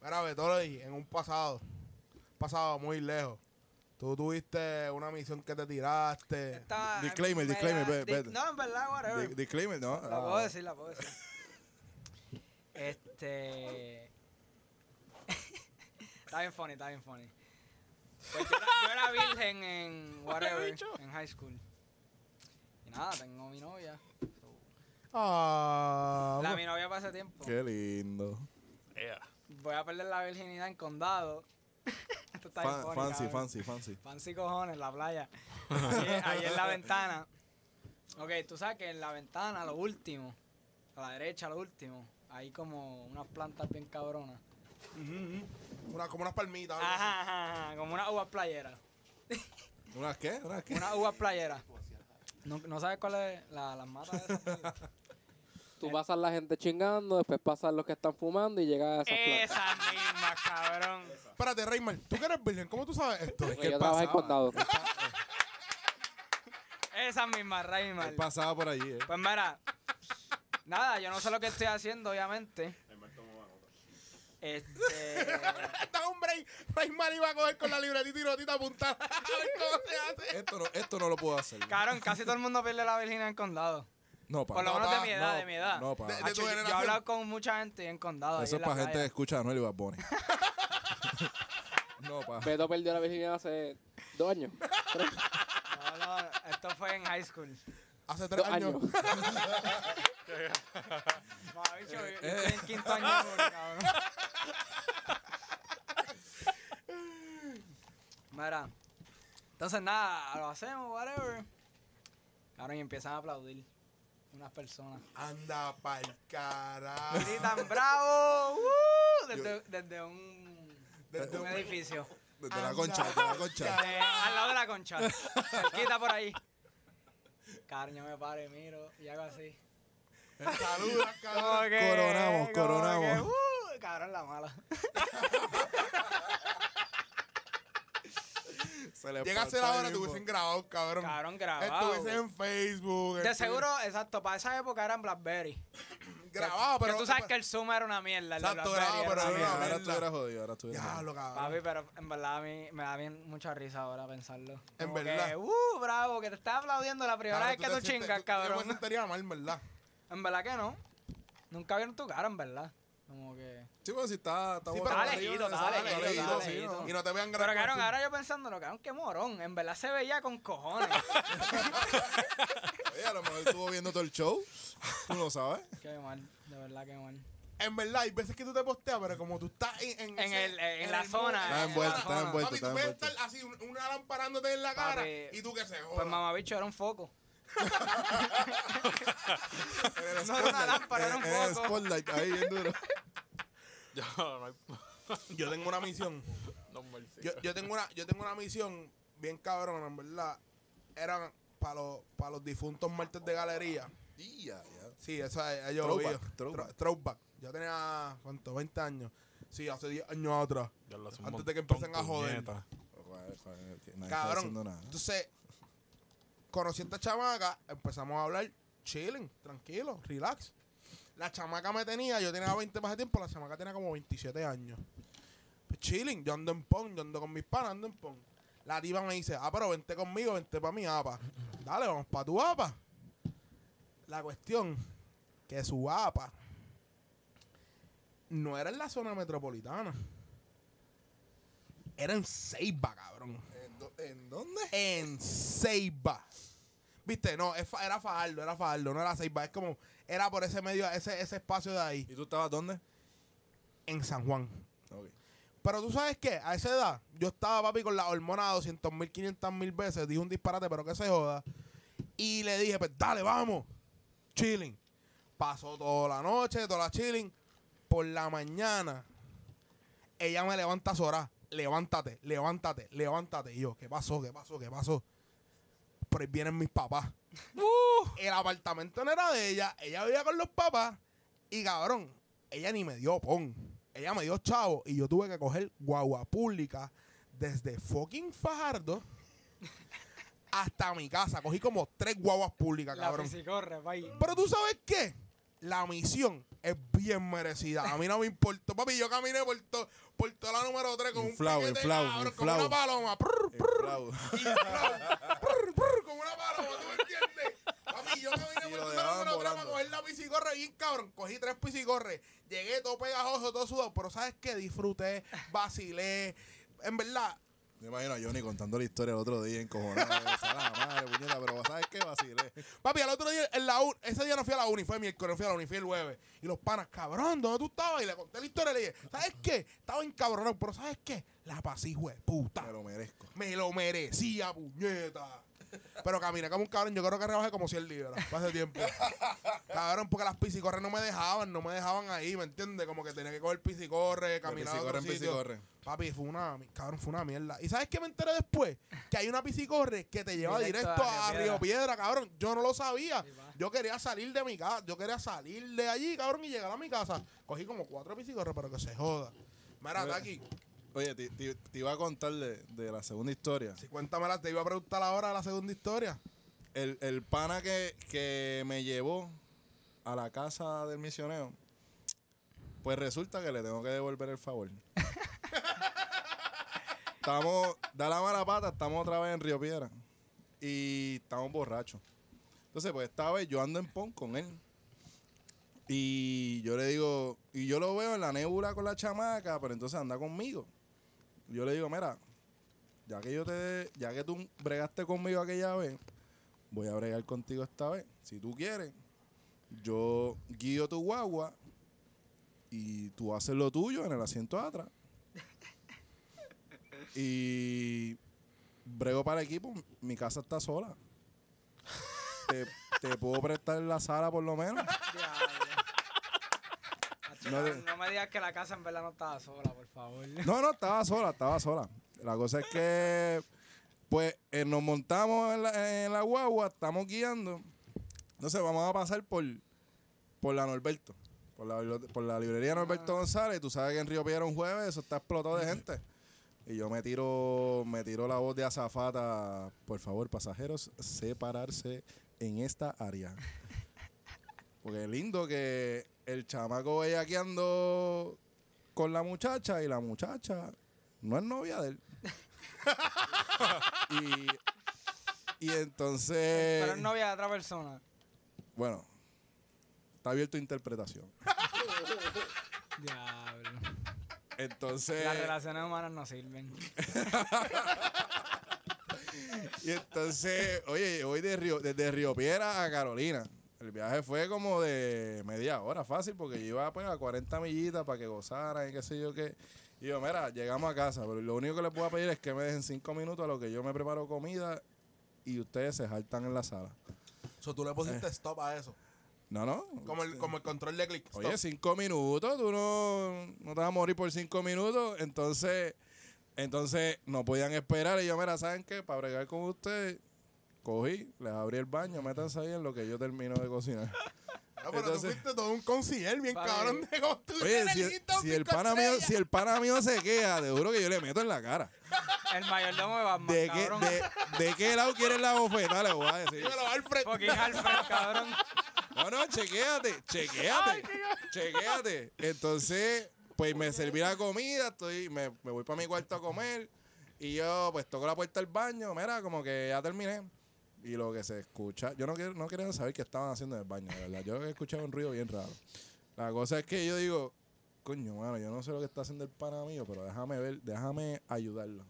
S1: Mira, Betoli, en un pasado, pasado muy lejos, tú tuviste una misión que te tiraste.
S3: Esta-
S4: disclaimer,
S3: en
S4: disclaimer,
S3: verdad,
S4: ve-
S3: di-
S4: vete.
S3: No, en verdad, whatever.
S4: Di- Disclaimer, ¿no?
S3: La
S4: Ah,
S3: puedo decir, la puedo decir. Este. *laughs* está bien funny, está bien funny. Pues yo, era, yo era virgen
S4: *laughs*
S3: en whatever, en high school. Y nada, tengo mi novia.
S1: Ah,
S3: La
S1: bueno.
S3: mi novia para ese tiempo.
S4: Qué lindo.
S5: Ea.
S3: Voy a perder la virginidad en condado. *laughs* Esto está ¿eh? bien funny,
S4: Fan- fancy,
S3: cabrón.
S4: fancy, fancy.
S3: Fancy cojones, la playa. *laughs* Ahí, ahí en la ventana. Ok, tú sabes que en la ventana, lo último, a la derecha, lo último, hay como unas plantas bien cabronas.
S1: Una- como unas palmitas. algo así.
S3: Ajá, ajá, ajá, como unas uvas playeras.
S4: ¿Unas qué? ¿Unas qué?
S3: Unas uvas playeras. No, no sabes cuál es la, las matas de *laughs* esas.
S2: Tú pasas la gente chingando, después pasan los que están fumando y llegas a esas plantas.
S3: Esas mismas, cabrón.
S1: Espérate, Raymond, tú que eres virgen, ¿cómo tú sabes esto?
S4: Es
S2: Porque
S4: que
S2: yo trabajé en
S4: pasaba.
S2: condado.
S3: Esas mismas,
S4: Él
S3: Raymond.
S4: pasaba por allí, eh.
S3: Pues mira, nada, yo no sé lo que estoy haciendo, obviamente. Este.
S1: Está un break. Raymond iba a coger con la libretita y notita apuntada. *laughs* A ver cómo se hace.
S4: Esto no, esto no lo puedo hacer.
S3: Cabrón, casi todo el mundo pierde la virginidad en condado.
S4: No, pa.
S3: Por lo
S1: No,
S3: menos de
S1: pa,
S3: mi edad,
S4: no,
S3: de mi edad.
S4: No, pa.
S1: De- de tu
S3: Hacho, yo- yo he
S1: generación.
S3: hablado con mucha gente en condado. ahí
S4: Eso
S3: en la
S4: es para gente que
S3: playa.
S4: escucha a Noel y Bad Bunny. *laughs* No, pa.
S2: Beto perdió la virginidad hace dos
S4: *laughs*
S2: años. tres
S3: No, no, esto fue en high school.
S1: Hace tres
S2: dos
S1: años.
S2: años.
S3: Mamabicho, yo- yo estoy
S1: Eh.
S3: en quinto año, de uni, cabrón. Mira, entonces nada, lo hacemos, whatever. Cabrón, y empiezan a aplaudir unas personas.
S1: *laughs* Anda pa'l carajo.
S3: Gritan,
S1: *laughs*
S3: ¡bravo! ¡Woo! Desde, desde un,
S1: Desde
S3: un
S1: un-
S3: edificio.
S4: De, de la concha, de la concha.
S3: Eh, al lado de la concha. Cerquita por ahí. Cabrón, yo me paro y miro y hago así.
S1: Saluda,
S3: Como
S1: cabrón.
S3: que-
S4: Coronamos,
S3: como
S4: coronamos.
S3: que, uh, cabrón, la mala.
S4: Se Se le
S1: Llegase
S4: pasó
S1: la
S4: ahí
S1: hora, te
S4: mismo.
S1: hubiesen grabado, cabrón.
S3: Cabrón, grabado.
S1: Estuviese en Facebook.
S3: De
S1: estuviese-
S3: seguro, exacto, para esa época eran Blackberry.
S1: *laughs* Grabado,
S3: Que-
S1: pero.
S3: Que tú sabes que el Zoom era una mierda. el de
S1: Exacto, grabado,
S3: Blackberry era
S1: pero
S4: Sí,
S1: no,
S3: una mierda.
S4: ahora
S1: verdad.
S4: estuviera jodido, ahora estuviera jodido.
S1: Diablo, cabrón.
S3: Papi, pero en verdad a mí me da bien mucha risa ahora pensarlo.
S1: En
S3: Como que,
S1: verdad.
S3: uh, bravo, que te estás aplaudiendo la primera
S1: Cabrón,
S3: vez que tú
S1: te sientes-
S3: chingas,
S1: Yo me
S3: cabrón.
S1: sentiría mal, en verdad.
S3: En verdad que no. Nunca vieron tu cara, en verdad. Como que.
S4: Sí, bueno, si está, está
S1: Sí,
S4: bueno,
S1: pero-
S4: está
S1: elegido,
S4: arriba,
S1: está
S4: está
S1: elegido,
S4: elegido,
S1: está
S4: sí,
S3: elegido.
S4: ¿no?
S1: Y no te vean
S3: Pero
S1: grabar.
S3: cabrón,
S1: con-
S3: ahora yo pensándolo, cabrón, qué morón. En verdad se veía con
S4: *laughs*
S3: cojones.
S4: Oye, a lo mejor estuvo viendo todo el show. Tú no sabes.
S3: qué mal, de verdad que mal.
S1: En verdad, hay veces que tú te posteas, pero como tú estás en, en,
S3: En
S1: ese-
S3: el- eh, en la
S1: mood, en
S3: zona, Está
S1: la
S4: envuelto,
S1: zona.
S4: está envuelto,
S1: Papi,
S4: está
S1: tú puedes
S4: envuelto.
S1: estar así, un- una lamparándote en la cara
S3: Papi,
S1: y tú que
S4: Oh.
S1: se joda.
S3: Pues mamabicho era un foco.
S4: Era
S3: No era una lámpara, era un
S4: Era
S3: foco.
S4: spotlight, ahí bien duro.
S5: Yo no hay.
S1: Yo tengo una misión.
S5: No mercy.
S1: yo, yo tengo una, yo tengo una misión bien cabrona, en verdad. Eran para los, para los difuntos martes de galería.
S4: Ya, ya.
S1: Sí, eso es- yo lo vi.
S4: Throwback, throwback.
S1: Tro- Throwback. Yo tenía, ¿cuánto? 20 años. Sí, hace 10 años atrás.
S5: Ya lo hace un
S1: Antes de que
S5: montón,
S1: empiecen a joder.
S5: puñeta.
S4: Joder, joder, que Nadie está
S1: Cabrón.
S4: haciendo nada.
S1: Entonces, conocí a esta chamaca, empezamos a hablar chilling, tranquilo, relax. La chamaca me tenía, yo tenía 20 para ese tiempo, la chamaca tenía como 27 años. Pues chilling, yo ando en pong, yo ando con mis panas, ando en pong. La tipa me dice, ah, pero vente conmigo, vente para mi apa. Dale, vamos para tu apa. La cuestión, que su apa no era en la zona metropolitana. Era en Ceiba, cabrón.
S4: ¿En dó- ¿En dónde?
S1: En Ceiba. Viste, no, es fa- era Fajardo, era Fajardo, no era Ceiba. Es como, era por ese medio, ese, ese espacio de ahí,
S4: ¿Y tú estabas dónde?
S1: en San Juan.
S4: Ok.
S1: Pero tú sabes qué, a esa edad, yo estaba, papi, con la hormona 200 mil, 500 mil veces, dije un disparate, pero que se joda. Y le dije, pues dale, vamos, chilling. Pasó toda la noche, toda la chilling. Por la mañana, ella me levanta a Sora, levántate, levántate, levántate. Y yo, ¿qué pasó? ¿Qué pasó? ¿Qué pasó? Por ahí vienen mis papás. El apartamento no era de ella, ella vivía con los papás. Y cabrón, ella ni me dio pon. Ella me dio chavo y yo tuve que coger guagua pública desde fucking Fajardo hasta mi casa. Cogí como tres guaguas públicas,
S3: La
S1: cabrón.
S3: fisicorre,
S4: *laughs*
S3: pay.
S1: Pero tú sabes qué? La misión es bien merecida. A mí no me importó. Papi, yo caminé por, to- por toda la número 3 con
S4: Inflado,
S1: un piquete,
S4: inflado,
S1: cabrón,
S4: inflado.
S1: con una paloma. Prr,
S4: Eh,
S1: prr,
S4: Raúl.
S1: prr, prr, con una paloma, ¿tú me entiendes? Papi, yo caminé
S4: Sí,
S1: por
S4: lo
S1: toda la
S4: dejaban
S1: número 3 para
S4: volando.
S1: coger la piscicorre bien cabrón. Cogí tres piscicorres. Llegué todo pegajoso, todo sudado. Pero ¿sabes qué? Disfruté, vacilé. En verdad,
S4: *laughs* Me imagino a Johnny contando la historia el otro día, encojonado. *laughs* Esa la madre, puñeta, pero ¿sabes qué? Vacilé.
S1: Papi, al otro día, en la U- ese día no fui a la uni, fue miércoles, no fui a la uni, fui el jueves. Y los panas, cabrón, ¿dónde tú estabas? Y le conté la historia y le dije, ¿sabes qué? Estaba encabronado, pero ¿sabes qué? La pasé, hijo de puta.
S4: Me lo merezco.
S1: Me lo merecía, puñeta. Pero caminé como un cabrón, yo creo que rebajé como 100 libras, para ese tiempo. cabrón, porque las piscicorres no me dejaban, no me dejaban ahí, ¿me entiendes? Como que tenía que coger piscicorre, caminar a otro
S4: piscicorre en
S1: sitio.
S4: piscicorre.
S1: Papi, fue una, mi- cabrón, fue una mierda. ¿Y sabes qué me enteré después? Que hay una piscicorre que te lleva
S3: Directo
S1: directo,
S3: a
S1: a,
S3: Río
S1: Río Piedra, cabrón. Yo no lo sabía.
S3: Sí, va.
S1: Yo quería salir de mi casa, yo quería salir de allí, cabrón, y llegar a mi casa. Cogí como cuatro piscicorres, pero que se joda. Mira,
S4: Mira.
S1: Taki,
S4: Oye, te, te- te iba a contar de, de la segunda historia.
S1: si cuéntamela, te iba a preguntar ahora la segunda historia.
S4: El, el pana que, que me llevó a la casa del misionero, pues resulta que le tengo que devolver el favor. estamos, da la mala pata, estamos otra vez en Río Piedra. Y estamos borrachos. Entonces, pues esta vez yo ando en pon con él. Y yo le digo, y yo lo veo en la nébula con la chamaca, pero entonces anda conmigo. Yo le digo, mira, ya que yo te, ya que tú bregaste conmigo aquella vez, voy a bregar contigo esta vez. Si tú quieres, yo guío tu guagua y tú haces lo tuyo en el asiento de atrás. Y brego para el equipo, mi casa está sola. Te, te puedo prestar la sala por lo menos.
S3: No,
S4: No te-
S3: me digas que la casa en verdad no estaba sola, por favor. *laughs*
S4: No, no, estaba sola, estaba sola. La cosa es que, pues, eh, nos montamos en la, en la guagua, estamos guiando. Entonces vamos a pasar por, por la Norberto, por la, bibli- por la librería Norberto González. Tú sabes que en Río Piedra un jueves eso está explotado de gente. Y yo me tiro, me tiro la voz de azafata, por favor, pasajeros, separarse en esta área. Porque es lindo que el chamaco bellaqueando con la muchacha y la muchacha no es novia de él. y, y entonces...
S3: Pero es novia de otra persona.
S4: Bueno, está abierto a interpretación.
S3: Diablo.
S4: Entonces,
S3: Las relaciones humanas no
S4: *laughs*
S3: sirven.
S4: y entonces, oye, yo voy de Río, desde Río Piedra a Carolina. El viaje fue como de media hora, fácil, porque yo iba pues, a 40 millitas para que gozaran y qué sé yo qué. Y yo, mira, llegamos a casa, pero lo único que les puedo pedir es que me dejen 5 minutos a lo que yo me preparo comida y ustedes se jaltan en la sala.
S7: So, tú le
S4: Eh.
S7: pusiste stop a eso.
S4: No, no.
S7: Como el, como el control de click.
S4: Oye, cinco minutos, tú no, no te vas a morir por cinco minutos. Entonces, entonces no podían esperar. Y yo, mira, ¿saben qué? Para bregar con ustedes, cogí, les abrí el baño, métanse ahí en lo que yo termino de
S7: *laughs*
S4: cocinar.
S7: Ah, pero
S4: Entonces-
S7: tú fuiste todo un concierge bien
S3: Vale.
S7: cabrón de como tú
S4: Oye,
S7: eres
S4: si, el-
S7: listo,
S4: si el
S7: cinco
S4: pana mío,
S7: estrellas.
S4: si el pana mío se queja, te juro que yo le meto en la cara.
S3: El mayordomo de Batman,
S4: ¿De qué,
S3: cabrón.
S4: de, de qué lado quieres la bofetada? Le voy a decir.
S7: *laughs* Dímelo, Alfred.
S3: Fucking Alfred, cabrón.
S4: No, no, chequéate, chequéate, chequéate. Entonces, pues me serví la comida, estoy, me, me voy para mi cuarto a comer y yo pues toco la puerta del baño, mira, como que ya terminé. Y lo que se escucha, yo no, quiero, no quería saber qué estaban haciendo en el baño, de verdad. Yo escuchaba un ruido bien raro. La cosa es que yo digo, coño, mano, yo no sé lo que está haciendo el pana mío, pero déjame ver, déjame ayudarlo.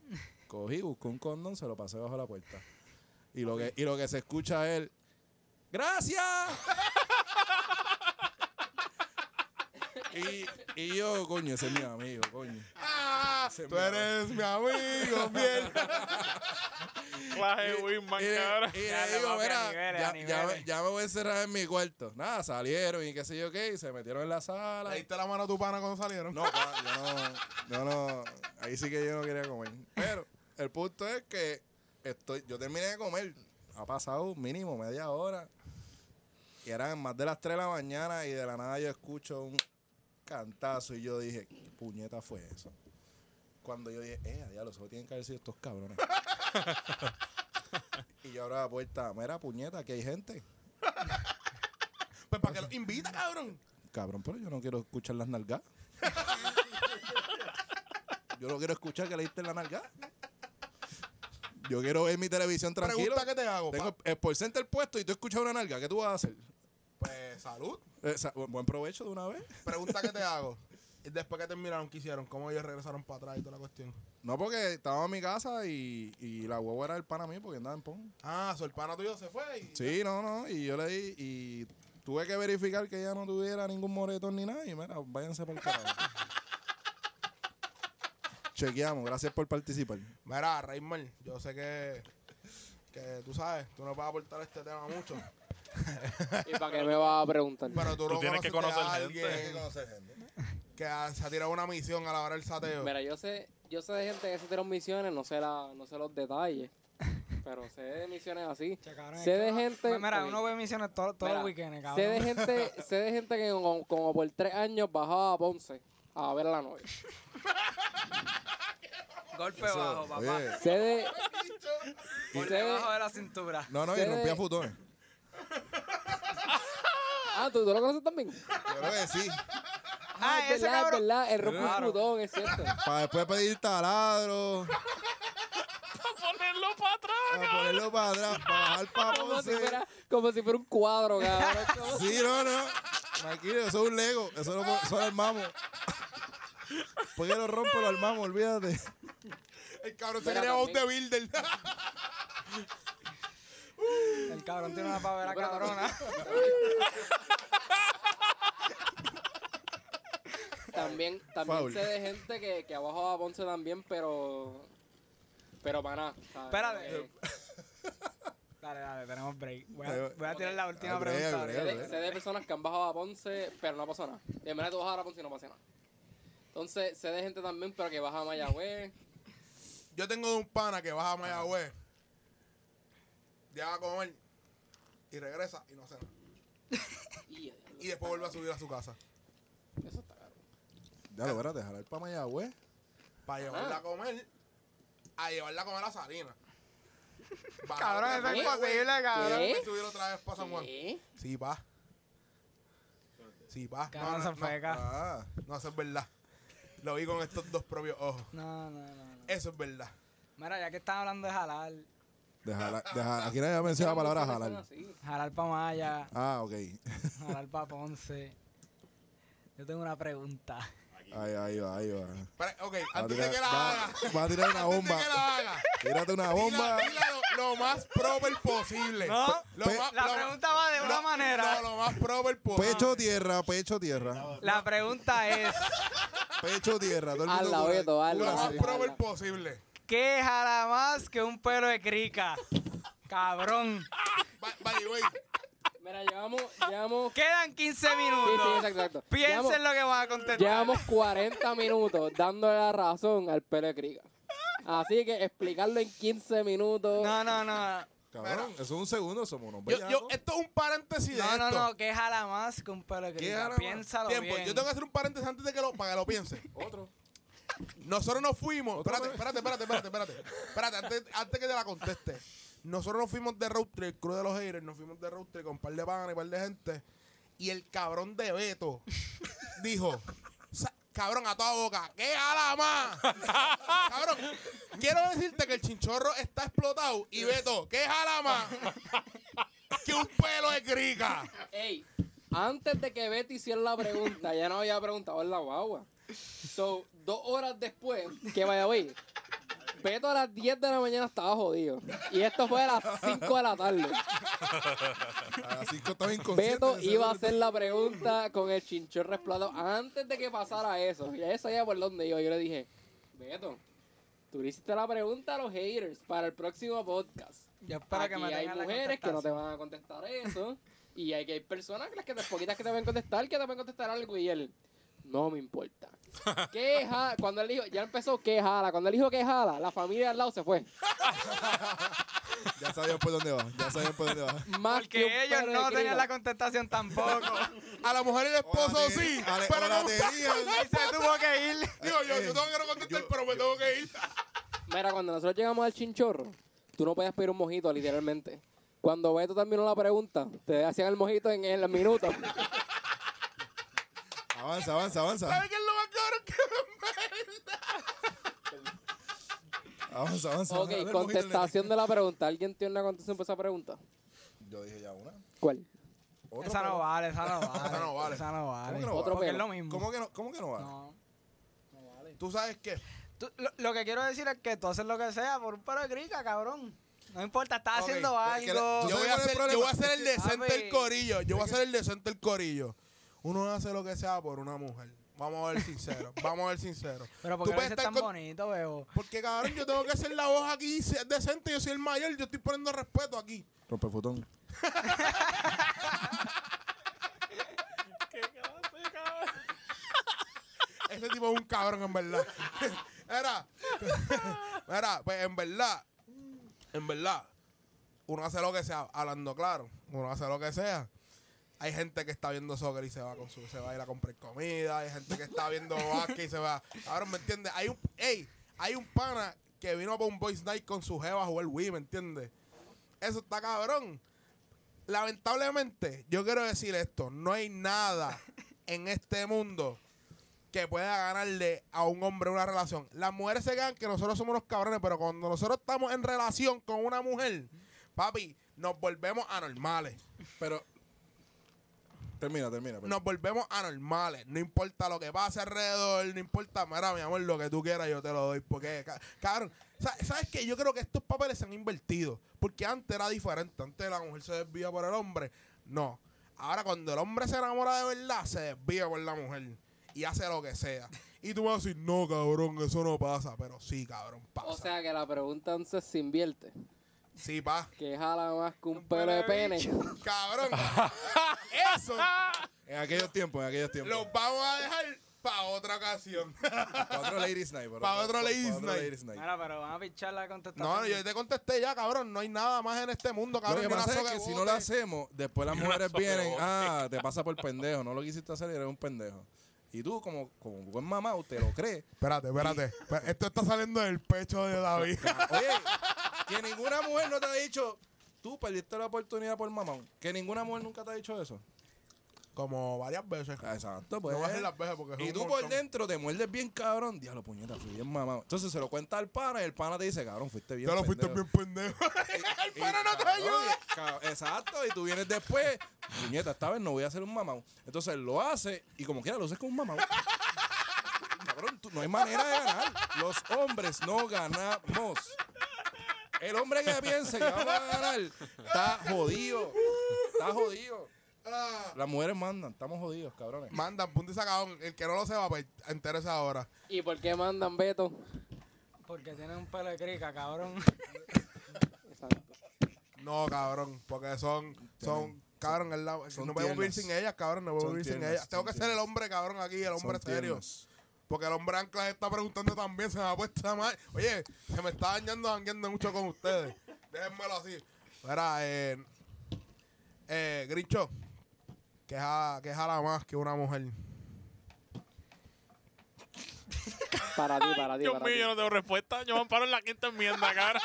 S4: Cogí, busqué un condón, se lo pasé bajo la puerta. Y lo que, y lo que se escucha es, ¡gracias! *laughs* y, y yo, coño, ese es mi amigo, coño.
S7: Ah,
S4: Se
S7: tú
S4: me-
S7: eres mi
S4: *laughs*
S7: amigo, bien.
S5: Clase de Winman,
S4: Y le,
S5: cabrón.
S4: y le
S3: Ya,
S4: digo,
S3: papi, a
S4: mira,
S3: niveles,
S4: ya,
S3: a
S4: ya me,
S3: niveles".
S4: ya me voy a encerrar en mi cuarto. Nada, salieron y qué sé yo qué, y se metieron en la sala.
S7: Le diste la mano a tu pana cuando salieron.
S4: No, pa, yo no, no, no, ahí sí que yo no quería comer. Pero el punto es que estoy, yo terminé de comer, ha pasado mínimo media hora, y eran más de las 3 de la mañana y de la nada yo escucho un cantazo y yo dije, ¿qué puñeta fue eso? Cuando yo dije, eh, a diablo, eso tienen que haber sido estos cabrones. *laughs* y yo abro la puerta, mira, puñeta, que hay gente.
S7: Pues para que los invita, cabrón.
S4: Cabrón, pero yo no quiero escuchar las nalgadas. yo no quiero escuchar que le diste la nalgada. Yo quiero ver mi televisión tranquilo.
S7: Pregunta que te hago. pa-
S4: Tengo el por center puesto y tú escuchas una nalga. ¿Qué tú vas a hacer?
S7: Pues salud.
S4: Eh, sa- buen provecho de una vez.
S7: Pregunta que te hago. Y Después que terminaron, ¿qué hicieron? ¿Cómo ellos regresaron para atrás y toda la cuestión?
S4: No, porque estaba en mi casa y, y la huevo era el pana mío porque andaba en pon.
S7: Ah, su hermano tuyo se fue y...
S4: Sí, no, no. Y yo le di y tuve que verificar que ella no tuviera ningún moretón ni nada. Y mira, váyanse por el
S7: *laughs*
S4: carajo. Chequeamos. Gracias por participar.
S7: Mira, Raymond, yo sé que, que tú sabes, tú no vas a aportar este tema mucho,
S2: ¿Y para qué me vas a preguntar?
S7: pero tú,
S5: Tú
S7: no
S5: tienes que
S7: conoces de
S5: conocer gente.
S7: alguien que ha- se ha tirado una misión a la hora del sateo.
S2: Mira, yo sé, yo sé de gente que se tiró misiones, no sé, la, no sé los
S3: *laughs*
S2: detalles, pero sé de misiones así. Sé
S3: Cabrón, es que
S2: de
S3: va-
S2: gente-
S3: Pues Mira,
S2: ok.
S3: uno ve misiones todo- todos
S2: Mira,
S3: los weekends,
S2: sé de
S3: cabrón. *laughs*
S2: gente, sé de gente que como, como por tres años bajaba a Ponce a ver a la novia.
S3: Golpe bajo, papá.
S4: Oye,
S2: Sé de,
S3: Golpe
S2: sé-
S3: bajo de la cintura.
S4: No, no, y
S2: Ustedes-
S1: *laughs*
S4: rompía futones.
S2: ah, ¿tú, tú lo conoces
S3: *laughs*
S2: también.
S4: Yo creo que sí.
S3: Ah,
S2: es verdad, es
S3: ese cabrón.
S2: verdad, el rompe un
S3: Claro.
S2: frutón, es
S3: *laughs*
S2: cierto.
S4: Para después pedir taladro,
S5: ponerlo para atrás.
S4: para ponerlo para atrás, para bajar para
S2: Como si
S4: once.
S2: fuera, como si fuera un cuadro,
S3: *laughs*
S2: cabrón. Como-
S4: Sí, no, no. Tranquilo, eso es un Lego. Eso lo, eso lo armamos. Porque lo rompo, lo armamos, olvídate.
S7: El cabrón se
S2: Mira,
S7: creó un de
S2: también-
S4: *laughs*
S7: builder.
S3: El cabrón tiene una pavera
S2: Pero-
S3: cabrona.
S2: *laughs* También, también
S4: Foul.
S2: sé de gente que, que ha bajado a Ponce también, pero. Pero para nada. ¿sabes? Eh,
S3: Espérate.
S2: Como que-
S3: Dale, dale, tenemos break. Voy
S4: Ahí
S3: a,
S4: va.
S3: voy a tirar la última
S4: Ah, break,
S3: pregunta.
S4: break.
S2: Sé
S4: Claro,
S2: de,
S4: claro.
S2: sé de personas que han bajado a Ponce, pero no pasa nada. De manera tú bajas a Ponce y no pasa nada. Entonces, sé de gente también, pero que baja a Mayagüez.
S7: Yo tengo un pana que baja a Mayagüez, llega a comer y regresa y no cena.
S2: Y, eh,
S7: Y después vuelve a subir a su casa
S2: Eso está caro.
S4: Ya lo verás, dejar para Mayagüez.
S7: para llevarla a comer
S1: a llevarla a comer a
S3: *laughs*
S1: Salina.
S3: Cabrón, eso es
S2: ¿Qué?
S3: imposible, cabrón.
S2: ¿Qué?
S1: Me subieron otra vez para San Juan.
S2: ¿Qué?
S1: Sí, pa. Sí, pa.
S3: Cabrón, se fue, ca-
S1: ah, no, eso es verdad. Lo vi con estos dos propios ojos.
S3: No, no, no, no.
S1: Eso es verdad.
S3: Mira, ya que están hablando de jalar,
S4: Déjala- déjala- Aquí nadie menciona la palabra
S2: Son
S4: jalar.
S2: así.
S3: jalar para Maya,
S4: Ah, ok. *laughs*
S3: jalar para Ponce. Yo tengo una pregunta.
S4: Ahí, ahí va, ahí va.
S1: Pero, ok,
S4: Va a
S1: antes de
S4: tirar-
S1: que la
S4: va-
S1: haga.
S4: Va a tirar una
S1: *laughs* Antes de
S4: bomba.
S1: que la haga.
S4: Tírate una bomba.
S1: Dila, dila lo, lo más proper posible.
S3: No,
S1: Lo
S4: pe-
S1: más-
S3: La
S1: lo-
S3: pregunta va de una
S1: lo-
S3: manera.
S1: No, lo más proper posible.
S4: Pecho tierra, pecho tierra.
S3: La pregunta es,
S4: Pecho tierra. Todo el mundo
S2: Hazla,
S4: cura-
S2: Beto,
S1: Lo
S2: hazla.
S1: más
S2: hazla.
S1: proper posible.
S3: ¿qué jala más que un pelo de crica? Cabrón.
S1: By, by the way, *laughs*
S2: Mira, llevamos. llevamos sí,
S3: Quedan 15
S2: sí, exacto,
S3: minutos.
S2: exacto.
S3: Piensen
S2: Llevamos-
S3: lo que van a contestar.
S2: Llevamos 40 minutos dándole la razón al pelo de crica. Así que explicarlo en 15 minutos.
S3: No, no, no.
S4: Cabrón, eso es un segundo, somos unos
S1: yo, eh, yo,
S4: bellacos.
S1: esto es un paréntesis de
S3: No, no,
S1: esto.
S3: no. ¿Qué jala más que un pelo de crica?
S4: jala más?
S3: Piénsalo
S1: Tiempo.
S3: bien.
S1: Yo tengo que hacer un paréntesis antes de que lo, para que lo
S3: *laughs*
S1: piense.
S4: Otro.
S1: Nosotros nos fuimos.
S4: Otra
S1: Espérate,
S4: vez.
S1: espérate, espérate, espérate, espérate. Espérate, antes, antes que te la conteste. Nosotros nos fuimos de road trip, Cruz de los haters, nos fuimos de road trip con un par de panas y un par de gente. Y el cabrón de
S3: *laughs*
S1: Beto dijo, "Sa- cabrón, a toda boca, ¡qué ala más!
S3: *laughs*
S1: cabrón, quiero decirte que el chinchorro está explotado y Beto, ¡qué ala más!
S3: *laughs*
S1: que un pelo de crica.
S2: Ey, antes de que Betty hiciera la pregunta, ya no había preguntado en la guagua. So, dos horas después, que vaya a oír. Beto a las 10 de la mañana estaba jodido. Y esto fue a las 5 de la tarde.
S4: Así que estaba inconsciente.
S2: Beto
S4: de seguro.
S2: iba a hacer la pregunta con el chinchorro explotado antes de que pasara eso. Y ella sabía por dónde iba. Yo le dije, Beto, tú le hiciste la pregunta a los haters para el próximo podcast.
S3: Yo espero
S2: Aquí
S3: que me
S2: Ah, hay
S3: tengan la
S2: mujeres que no te
S3: contestación.
S2: van a contestar *laughs* eso. y hay que hay personas las que te, poquitas que te van a contestar, que te van a contestar algo. Y él, no me
S3: *laughs*
S2: importa. Queja, cuando él dijo, ya empezó, que jala. Cuando él dijo que jala, la familia al lado se
S3: *laughs*
S2: fue.
S4: Ya sabían por dónde va. Ya sabían por dónde va.
S2: Más que un
S3: Porque ellos
S2: perro de
S3: no
S2: cría.
S3: tenían la contestación
S1: *laughs*
S3: tampoco. *laughs*
S1: A la mujer y el esposo
S4: Hola,
S1: sí,
S4: te- ale-
S1: pero
S4: hola,
S1: no.
S4: te digan.
S3: Y se tuvo que ir.
S1: Digo, yo, yo tengo que no contestar, pero me tengo que ir.
S2: Mira, cuando nosotros llegamos al chinchorro, tú no podías pedir un mojito, literalmente. Cuando Beto terminó la pregunta, te hacían el mojito en, en los
S3: *laughs*
S2: minutos. *laughs*
S4: Avanza, avanza, avanza.
S1: ¿Sabes qué es lo más cabrón que
S4: Avanza,
S3: *laughs*
S4: avanza. Dale
S2: ok,
S4: el mojito, nene.
S2: contestación de la pregunta. ¿Alguien tiene una contestación por esa pregunta?
S4: Yo dije ya una.
S2: ¿Cuál?
S4: Otro,
S3: Esa no
S4: pero-
S3: vale, esa no vale.
S1: *laughs* Esa no vale.
S3: Esa no vale.
S4: que no
S2: Otro
S4: vale?
S3: Porque es
S2: pelo.
S3: lo mismo.
S4: ¿Cómo que no, cómo que no va?
S3: No.
S1: ¿Tú sabes qué?
S3: Tú- lo, lo que quiero decir es que tú haces lo que sea por un paro de crica, cabrón. No importa,
S1: Ok,
S3: estás haciendo
S4: es que la-
S3: algo.
S4: ¿Tú
S1: Yo voy,
S4: sabes
S1: a hacer,
S4: cuál es el
S1: yo
S4: problema?
S1: voy a hacer el decente
S3: Papi.
S1: el corillo. Yo voy a hacer el decente el corillo. Uno hace lo que sea por una mujer. Vamos a ver sinceros. Vamos a ver sinceros.
S3: Pero
S1: Tú
S3: porque
S1: puedes
S3: es
S1: estar
S3: tan
S1: con-
S3: bonito, bebo.
S1: Porque cabrón, yo tengo que hacer la voz aquí se- decente. Yo soy el mayor. Yo estoy poniendo respeto aquí.
S4: Rompe futón.
S1: Ese tipo es un cabrón, en verdad. *laughs* Era. *laughs* Era, pues en verdad. En verdad. Uno hace lo que sea. Hablando claro. Uno hace lo que sea. Hay gente que está viendo soccer y se va, a consumir- se va a ir a comprar comida. Hay gente que está viendo básquet y se va. Cabrón, ¿me entiendes? Hay un. Ey, hay un pana que vino para un Boys Night con su jeva a jugar Wii, ¿me entiendes? Eso está cabrón. Lamentablemente, yo quiero decir esto: no hay nada en este mundo que pueda ganarle a un hombre una relación. Las mujeres se quedan que nosotros somos los cabrones, pero cuando nosotros estamos en relación con una mujer, papi, nos volvemos anormales.
S4: Pero. Termina, termina. pero-
S1: Nos volvemos anormales. No importa lo que pase alrededor, no importa, mira, mi amor, lo que tú quieras, yo te lo doy. Porque, ca- cabrón, sa- ¿sabes qué? Yo creo que estos papeles se han invertido. Porque antes era diferente. Antes la mujer se desvía por el hombre. No. Ahora, cuando el hombre se enamora de verdad, se desvía por la mujer. Y hace lo que sea. Y tú vas a decir, no, cabrón, eso no pasa. Pero sí, cabrón, pasa.
S2: O sea que la pregunta entonces se invierte.
S1: sí, pa.
S2: Que jala más que un pelo de pene. *laughs*
S1: Cabrón. eso
S4: En aquellos tiempos, en aquellos tiempos.
S1: los vamos a dejar para otra ocasión.
S4: Para otro Lady Sniper.
S1: Pa' otro Lady Snipe.
S3: Mira, pero van a pichar la contestación.
S1: No, no, yo te contesté ya, cabrón. No hay nada más en este mundo,
S4: Lo
S1: cabrón.
S4: que
S1: ni una
S4: pasa es
S1: soga
S4: que
S1: de
S4: si no
S1: bote.
S4: lo hacemos, después las mujeres
S8: soga de
S4: vienen.
S8: bote.
S4: Ah, te pasa por pendejo. No lo quisiste hacer y eres un pendejo. Y tú, como, como buen mamá, te lo crees.
S1: Espérate, *laughs* espérate. Pe- Esto está saliendo del pecho de *laughs* David.
S4: Oye, que ninguna mujer no te ha dicho, tú perdiste la oportunidad por mamón. Que ninguna mujer nunca te ha dicho eso.
S1: Como varias veces.
S4: Ah, Exacto,
S1: No
S4: pues.
S1: voy a hacer las veces porque es
S4: y
S1: un
S4: tú por
S1: montón.
S4: dentro te muerdes bien cabrón. Diablo, puñeta, fui bien mamado. Entonces se lo cuenta al pana y el pana te dice, cabrón, fuiste bien
S1: Te lo fuiste
S4: pendejo".
S1: bien pendejo. *laughs* El pana no te
S4: Cabrón,
S1: ayuda.
S4: y- ca- Exacto, y tú vienes después, puñeta, esta vez no voy a hacer un mamado. Entonces él lo hace y como quiera lo haces con un mamado. Cabrón, tú- no hay manera de ganar. Los hombres no ganamos. El hombre que piense que vamos a ganar está jodido. Está jodido.
S1: Ah.
S4: Las mujeres mandan, estamos jodidos, cabrones.
S1: Mandan, punto y sacadón. El que no lo sepa, pues entérese ahora.
S2: ¿Y por qué mandan Beto?
S3: Porque tiene un pelo de crica, cabrón.
S2: Exacto.
S1: No, cabrón, porque son, son, cabrón, el lado-
S4: son
S1: no podemos vivir
S4: tiernas.
S1: sin ellas, cabrón, no podemos
S4: Son
S1: vivir sin
S4: tiernas,
S1: ellas. Tengo
S4: son
S1: que ser
S4: tiernas.
S1: el hombre, cabrón, aquí, el hombre
S4: Son
S1: serio.
S4: tiernos.
S1: Porque el hombre ancla está preguntando también, se me ha puesto la madre. Oye, se me está dañando, dañando mucho con ustedes. Déjenmelo así. Mira, eh, eh, Grincho, que jala, que jala más que una mujer.
S2: Para ti, para ti,
S5: Dios
S2: para
S5: mío,
S2: ti.
S5: yo no tengo respuesta. Yo me amparo en la quinta enmienda, cara.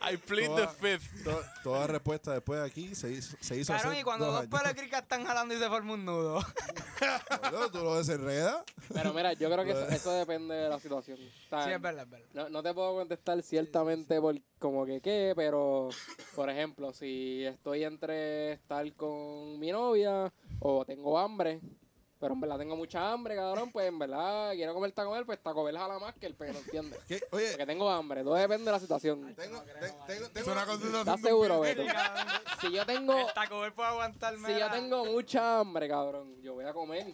S5: I plead the
S4: Toda-
S5: fifth.
S4: To- toda respuesta después de aquí se hizo, se hizo
S3: Cabrón,
S4: hacer
S3: y cuando dos
S4: dos
S3: pelos de
S4: años.
S3: crica están jalando y se forma un nudo.
S4: Boludo, Tú lo desenredas.
S2: Pero mira, yo creo que eso, eso depende de la situación. O sea,
S3: Sí, es verdad, es verdad.
S2: No, no te puedo contestar ciertamente por como que qué, pero por ejemplo, si estoy entre estar con mi novia o tengo hambre, pero en verdad tengo mucha hambre, cabrón, pues en verdad quiero comer taco Bell, pues taco Bell jala más que el pelo, ¿entiendes?
S4: ¿Qué? Oye,
S2: Porque tengo hambre, todo depende de la situación.
S4: tengo, te- tengo,
S1: Es
S4: tengo
S1: una concentración.
S2: ¿Estás seguro,
S1: de
S2: Beto? Si yo tengo,
S3: El *laughs* taco Bell puede aguantarme.
S2: si yo tengo mucha hambre, cabrón, yo voy a comer.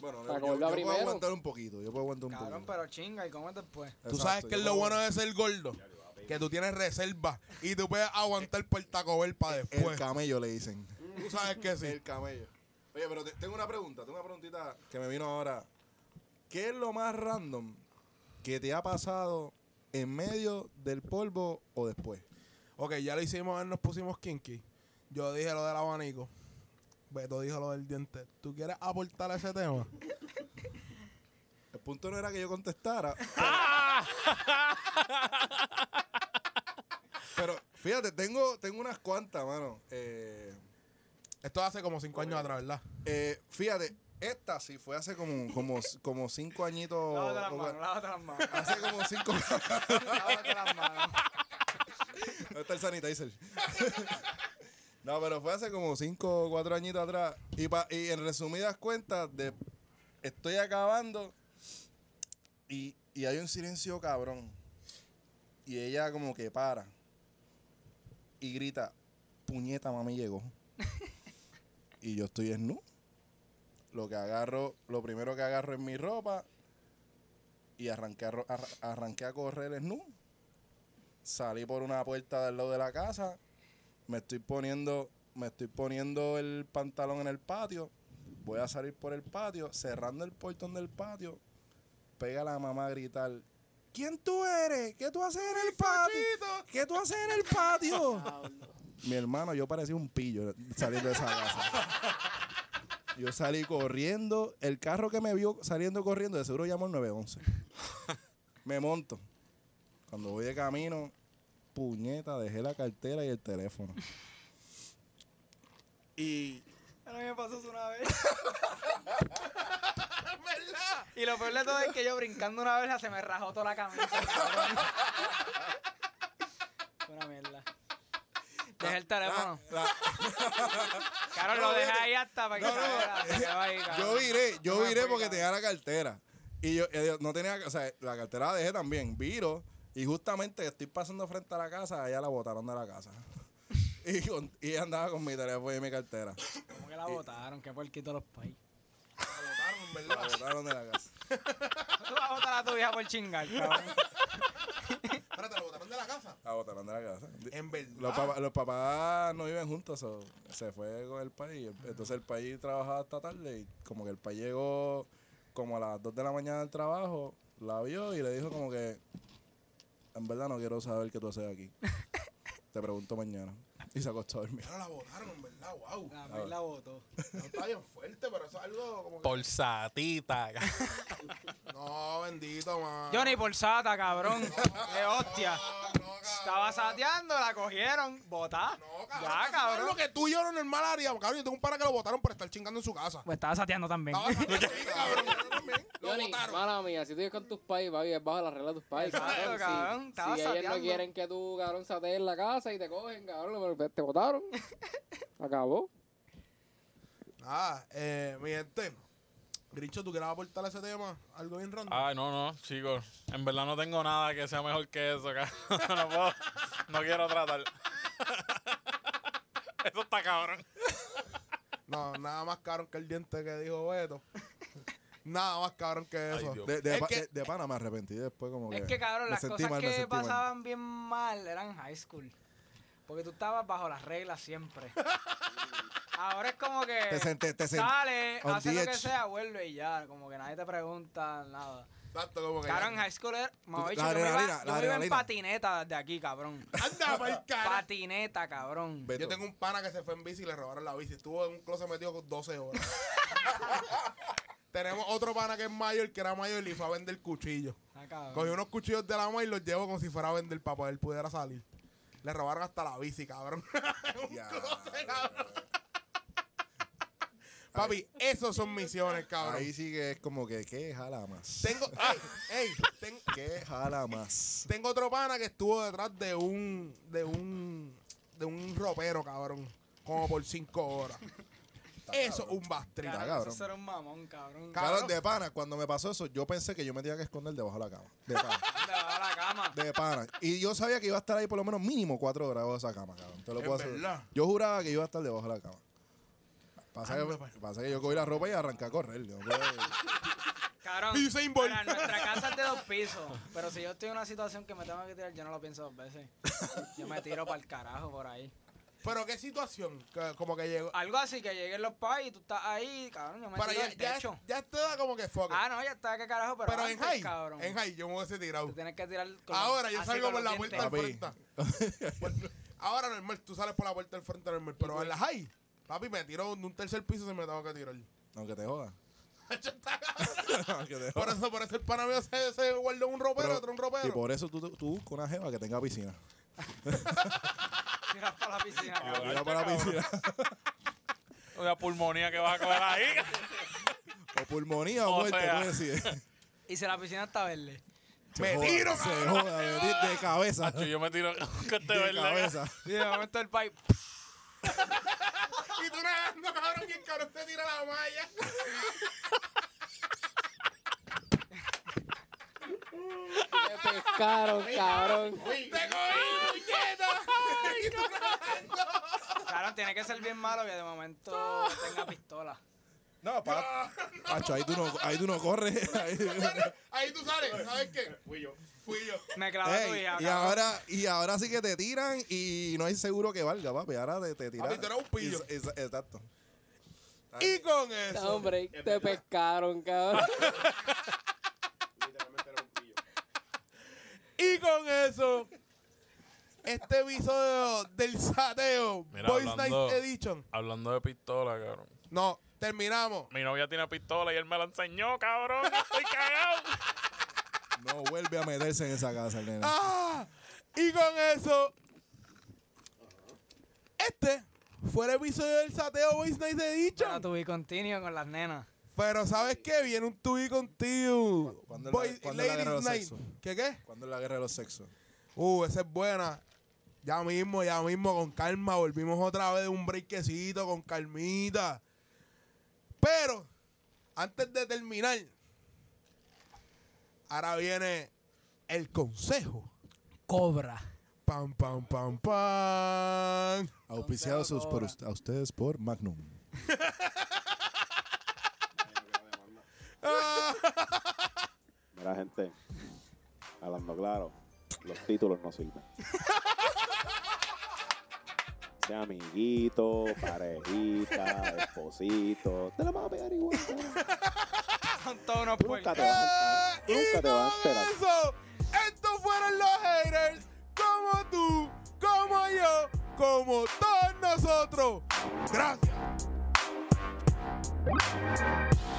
S4: Bueno,
S2: Para
S4: yo,
S2: comerlo
S4: yo puedo
S2: primero.
S4: aguantar un poquito. Yo puedo aguantar un
S3: Cabrón,
S4: poquito.
S3: pero chinga y come después.
S1: Tú sabes que es lo bueno de ser gordo, que tú tienes reservas y tú puedes aguantar por Taco Bell para
S4: El
S1: después.
S4: camello le dicen.
S1: Tú sabes que sí.
S4: El camello. Oye, pero te- tengo una pregunta. Tengo una preguntita que me vino ahora. ¿Qué es lo más random que te ha pasado en medio del polvo o después?
S1: Ok, ya lo hicimos, nos pusimos kinky. Yo dije lo del abanico. Beto dijo lo del diente. ¿Tú quieres aportar a ese tema?
S4: El punto no era que yo contestara. Pero fíjate, tengo, tengo unas cuantas, mano. Eh,
S1: Esto hace como cinco años atrás, ¿verdad?
S4: eh, fíjate, esta sí fue hace como, como, como cinco añitos.
S3: Lávate las
S4: o-
S3: manos, lávate las manos.
S4: hace como cinco
S3: Lávate las
S4: *laughs*
S3: manos.
S4: ¿Dónde está el sanitizer? *laughs* no, pero fue hace como 5 o 4 añitos atrás. Y, pa- y en resumidas cuentas, de, estoy acabando y, y hay un silencio cabrón. Y ella como que para y grita, puñeta, mami llegó. y yo estoy snu. Lo que agarro, lo primero que agarro es mi ropa y arranqué a, ro- arra- arranqué a correr snu salí por una puerta del lado de la casa, me estoy poniendo, me estoy poniendo el pantalón en el patio, voy a salir por el patio, cerrando el portón del patio, pega la mamá a gritar, ¿quién tú eres? ¿Qué tú haces en el patio? ¿Qué tú haces en el patio? Mi hermano, yo parecía un pillo saliendo de esa casa. Yo salí corriendo, el carro que me vio saliendo corriendo, de seguro llamó el 911. Me monto. Cuando voy de camino, puñeta, dejé la cartera y el teléfono. Y
S3: A mí me pasó eso una
S4: *laughs*
S3: vez. Y lo peor de todo es que yo brincando una vez se me rajó toda la camisa. cabrón. Fue una mierda. Dejé el teléfono. *laughs* Claro, lo dejé ahí hasta para que se vea, se quedó ahí, cabrón.
S4: yo viré,
S3: No
S4: yo
S3: me
S4: viré
S3: fui,
S4: porque
S3: cabrón.
S4: tenía la cartera. Y yo, eh, no tenía, o sea, la cartera la dejé también, viro. Y justamente estoy pasando frente a la casa, allá la botaron de la casa. *laughs* Y, con- y ella andaba con mi teléfono y mi cartera.
S3: ¿Cómo que la botaron? Qué puerquito los pais.
S4: La botaron de la casa.
S3: Tú vas a botar a tu vieja por chingar, cabrón.
S1: Espérate, lo botaron de la casa.
S4: La botaron de la casa.
S1: En
S3: Ah.
S4: Los,
S1: verdad.
S4: papá- los papás no viven juntos, so, se fue con el país. Entonces el país trabajaba hasta tarde y como que el país llegó como a las 2 de la mañana del trabajo, la vio y le dijo
S3: *laughs*
S4: como que, en verdad no quiero saber qué tú haces aquí. Te pregunto mañana. Y se acostó a dormir.
S1: Pero la botaron, en verdad, wow.
S3: La May la votó.
S1: No está bien fuerte, pero eso es algo como que...
S5: Por satita.
S1: No, bendito, man.
S3: Johnny por sata,
S4: *laughs*
S3: cabrón. De hostia.
S1: No, no,
S3: Estaba sateando, la cogieron, botá.
S1: No, cabrón.
S3: ya,
S1: eso Es
S3: cabrón.
S1: lo que tú y yo no normal haríamos, cabrón. Yo tengo un pana que lo votaron por estar chingando en su casa.
S3: Pues estaba sateando también.
S1: Estaba sacando, sí, cabrón, yo también. Lo
S2: Johnny,
S1: votaron.
S2: mala mía, si tú vives con tus pais, papi, es bajo la regla de tus pais.
S3: Exacto,
S2: Si-
S3: cabrón, estaba
S2: Si, ellos
S3: sateando.
S2: no quieren que tú, cabrón, satees en la casa y te cogen, cabrón, pero te
S3: *laughs*
S2: botaron. Acabó.
S1: Nada, eh, mi gente. Grincho, ¿tú quieres aportar a ese tema? Algo bien random.
S5: Ay, no, no, chicos. En verdad no tengo nada que sea mejor que eso, cabrón. *laughs* No puedo. No quiero tratar. *laughs* Eso está cabrón.
S1: No, nada más cabrón que el diente que dijo Beto. nada más cabrón que
S5: Ay,
S1: eso.
S5: Dios.
S4: De, de,
S1: Es
S4: pa-
S1: que-
S4: de, de pana me arrepentí después como que...
S3: Es que, cabrón,
S4: me
S3: las
S4: sentí
S3: cosas
S4: mal, me
S3: que
S4: sentí mal.
S3: pasaban bien mal eran high school. Porque tú estabas bajo las
S1: *laughs*
S3: reglas siempre. Ahora es como que
S4: Te senté- te sen-
S3: sale,
S4: on
S3: hace
S4: the
S3: lo que
S4: edge.
S3: sea, vuelve y ya. Como que nadie te pregunta nada.
S1: Exacto, como que.
S3: Cabrón, en high school era... mejor
S4: la
S3: dicho, yo me iba, yo me
S4: adrenalina, la
S3: iba en
S4: adrenalina.
S3: patineta desde aquí, cabrón.
S1: Anda, pa'l carajo.
S3: Patineta, cabrón.
S4: Beto,
S1: Yo tengo un pana que se fue en bici y le robaron la bici. Estuvo en un closet metido con 12 horas. *laughs* Tenemos otro pana que es mayor, que era mayor y fue a vender cuchillos.
S3: Ah, cabrón.
S1: Cogió unos cuchillos de la mano y los llevó como si fuera a vender para poder pudiera salir. Le robaron hasta la bici, cabrón. *laughs* En un
S4: Ya,
S1: closet, cabrón. Papi, esos son misiones, cabrón.
S4: Ahí sí que es como que, ¿qué jala más?
S1: Tengo, ey, ey, ten-
S4: ¿Qué jala más?
S1: tengo otro pana que estuvo detrás de un, de un, de un ropero, cabrón. Como por cinco
S3: *laughs*
S1: horas. Eso es un bastrido.
S4: Está
S3: Cabrón,
S4: cabrón.
S3: Eso era un mamón, cabrón.
S1: Ca-
S4: Cabrón,
S1: Cabrón.
S4: de pana, cuando me pasó eso, yo pensé que yo me tenía que esconder debajo de la cama. De pana.
S3: Debajo de la
S1: *laughs*
S3: cama.
S4: De pana. Y yo sabía que iba a estar ahí por lo menos mínimo cuatro horas debajo de esa cama, cabrón. Te lo
S1: Es
S4: puedo hacer.
S1: verdad.
S4: Yo juraba que iba a estar debajo de la cama. Pasa, que, pasa que yo cogí la ropa y arranqué a correr. yo pues, no puedo-
S3: Cabrón,
S1: Usain Bolt.
S3: para nuestra casa es de dos pisos. Pero si yo estoy en una situación que me tengo que tirar, yo no lo pienso dos veces. Yo me tiro para el carajo por ahí.
S1: Pero qué situación, que- como que llegó.
S3: Algo así que lleguen los pais y tú estás ahí, cabrón, yo Ah, me
S1: Pero
S3: tiro
S1: ya,
S3: al
S1: ya,
S3: techo.
S1: ya te da como que fuck. it.
S3: Ah, no, ya está, qué carajo, pero,
S1: pero en
S3: antes,
S1: high,
S3: cabrón.
S1: en high yo me hubiese tirado.
S3: Tú tienes que tirar con
S1: Ahora yo
S3: así
S1: salgo por
S3: con los
S1: la puerta
S3: *laughs* dientes.
S1: al
S4: dientes.
S1: frente. Bueno, Ahora normal, tú sales por la puerta al frente normal, pero en la high, papi, me tiró de un tercer piso y me tengo que tirar.
S4: Aunque te
S1: *laughs*
S4: joda. *laughs* Aunque te
S1: Por
S4: joda.
S1: eso, por eso el pana mío se, se guardó un ropero,
S4: Pero-
S1: otro un
S4: y
S1: ropero.
S4: por eso tú, tú buscas una jeva que tenga piscina.
S3: Tiras para la piscina, *laughs* cabrón.
S4: Mira para la piscina.
S1: *laughs*
S5: La pulmonía que vas a coger ahí.
S4: O pulmonía
S5: O
S4: o muerte,
S5: sea.
S4: tú decides.
S3: Y si la piscina está verde.
S4: *laughs* Se
S1: Me
S4: joda,
S1: tiro,
S4: Se joda, de, de cabeza.
S5: Yo,
S4: De
S5: yo me tiro con este verde.
S4: cabeza.
S3: Y de momento el país.
S1: Y tú nadando, cabrón, y el cabrón te tira la malla.
S2: Te pescaron, cabrón.
S1: ¡Te cogí, puñeta! Y tú *laughs* nadando.
S3: Cabrón, tiene que ser bien malo que de momento tenga pistola.
S4: No, pa. Pacho, ahí tú no, ahí tú no corres. *laughs* Ahí-
S1: *laughs* Ahí tú sales, ¿sabes qué? Fui yo. Fui yo.
S3: Me clava tu
S4: Ey,
S3: hija,
S4: y
S3: cabrón.
S4: ahora y ahora sí que te tiran y no hay seguro que valga, papi. Ahora te, te tiran.
S1: Papi, tú eres un pillo.
S4: Es- es- exacto.
S1: Y con
S2: No,
S1: eso.
S2: hombre, te pescaron, cabrón.
S6: Literalmente era un pillo.
S1: Y con eso, este episodio del sateo,
S5: Mira,
S1: Boys
S5: hablando-
S1: Night Edition.
S5: Hablando de pistola, cabrón.
S1: No, terminamos.
S5: Mi novia tiene pistola y él me la enseñó, cabrón. Estoy cagado.
S4: No vuelve a meterse en esa casa, nena.
S1: Ah, y con eso, este fue el episodio del sateo, Boys Night
S3: Bueno,
S1: Edition.
S3: tuve continuo con las nenas.
S1: Pero ¿sabes qué? Viene un tú y contigo.
S4: ¿Cuándo es la-
S1: Boys-
S4: cuándo es la guerra de los
S1: Night.
S4: sexos?
S1: ¿Qué qué?
S4: ¿Cuándo es la guerra de los sexos?
S1: Uh, esa es buena. Ya mismo, ya mismo, con calma. Volvimos otra vez de un breakcito con calmita. Pero, antes de terminar, ahora viene el consejo.
S3: Cobra.
S1: Pam, pam, pam, pam.
S4: Auspiciados
S3: Consejo
S4: por
S3: ahora.
S4: us- a ustedes por Magnum.
S6: Mira, gente, hablando claro, los títulos no sirven. Sea amiguito, parejita, esposito, te la vas a pegar igual. ¿no?
S3: *laughs* Son todos unos
S6: Nunca te
S3: puercos.
S6: vas a enterar.
S1: Eh, y
S6: Nunca te vas a
S1: con
S6: enterar.
S1: eso, estos fueron los haters, como tú, como yo, como todos nosotros. Gracias.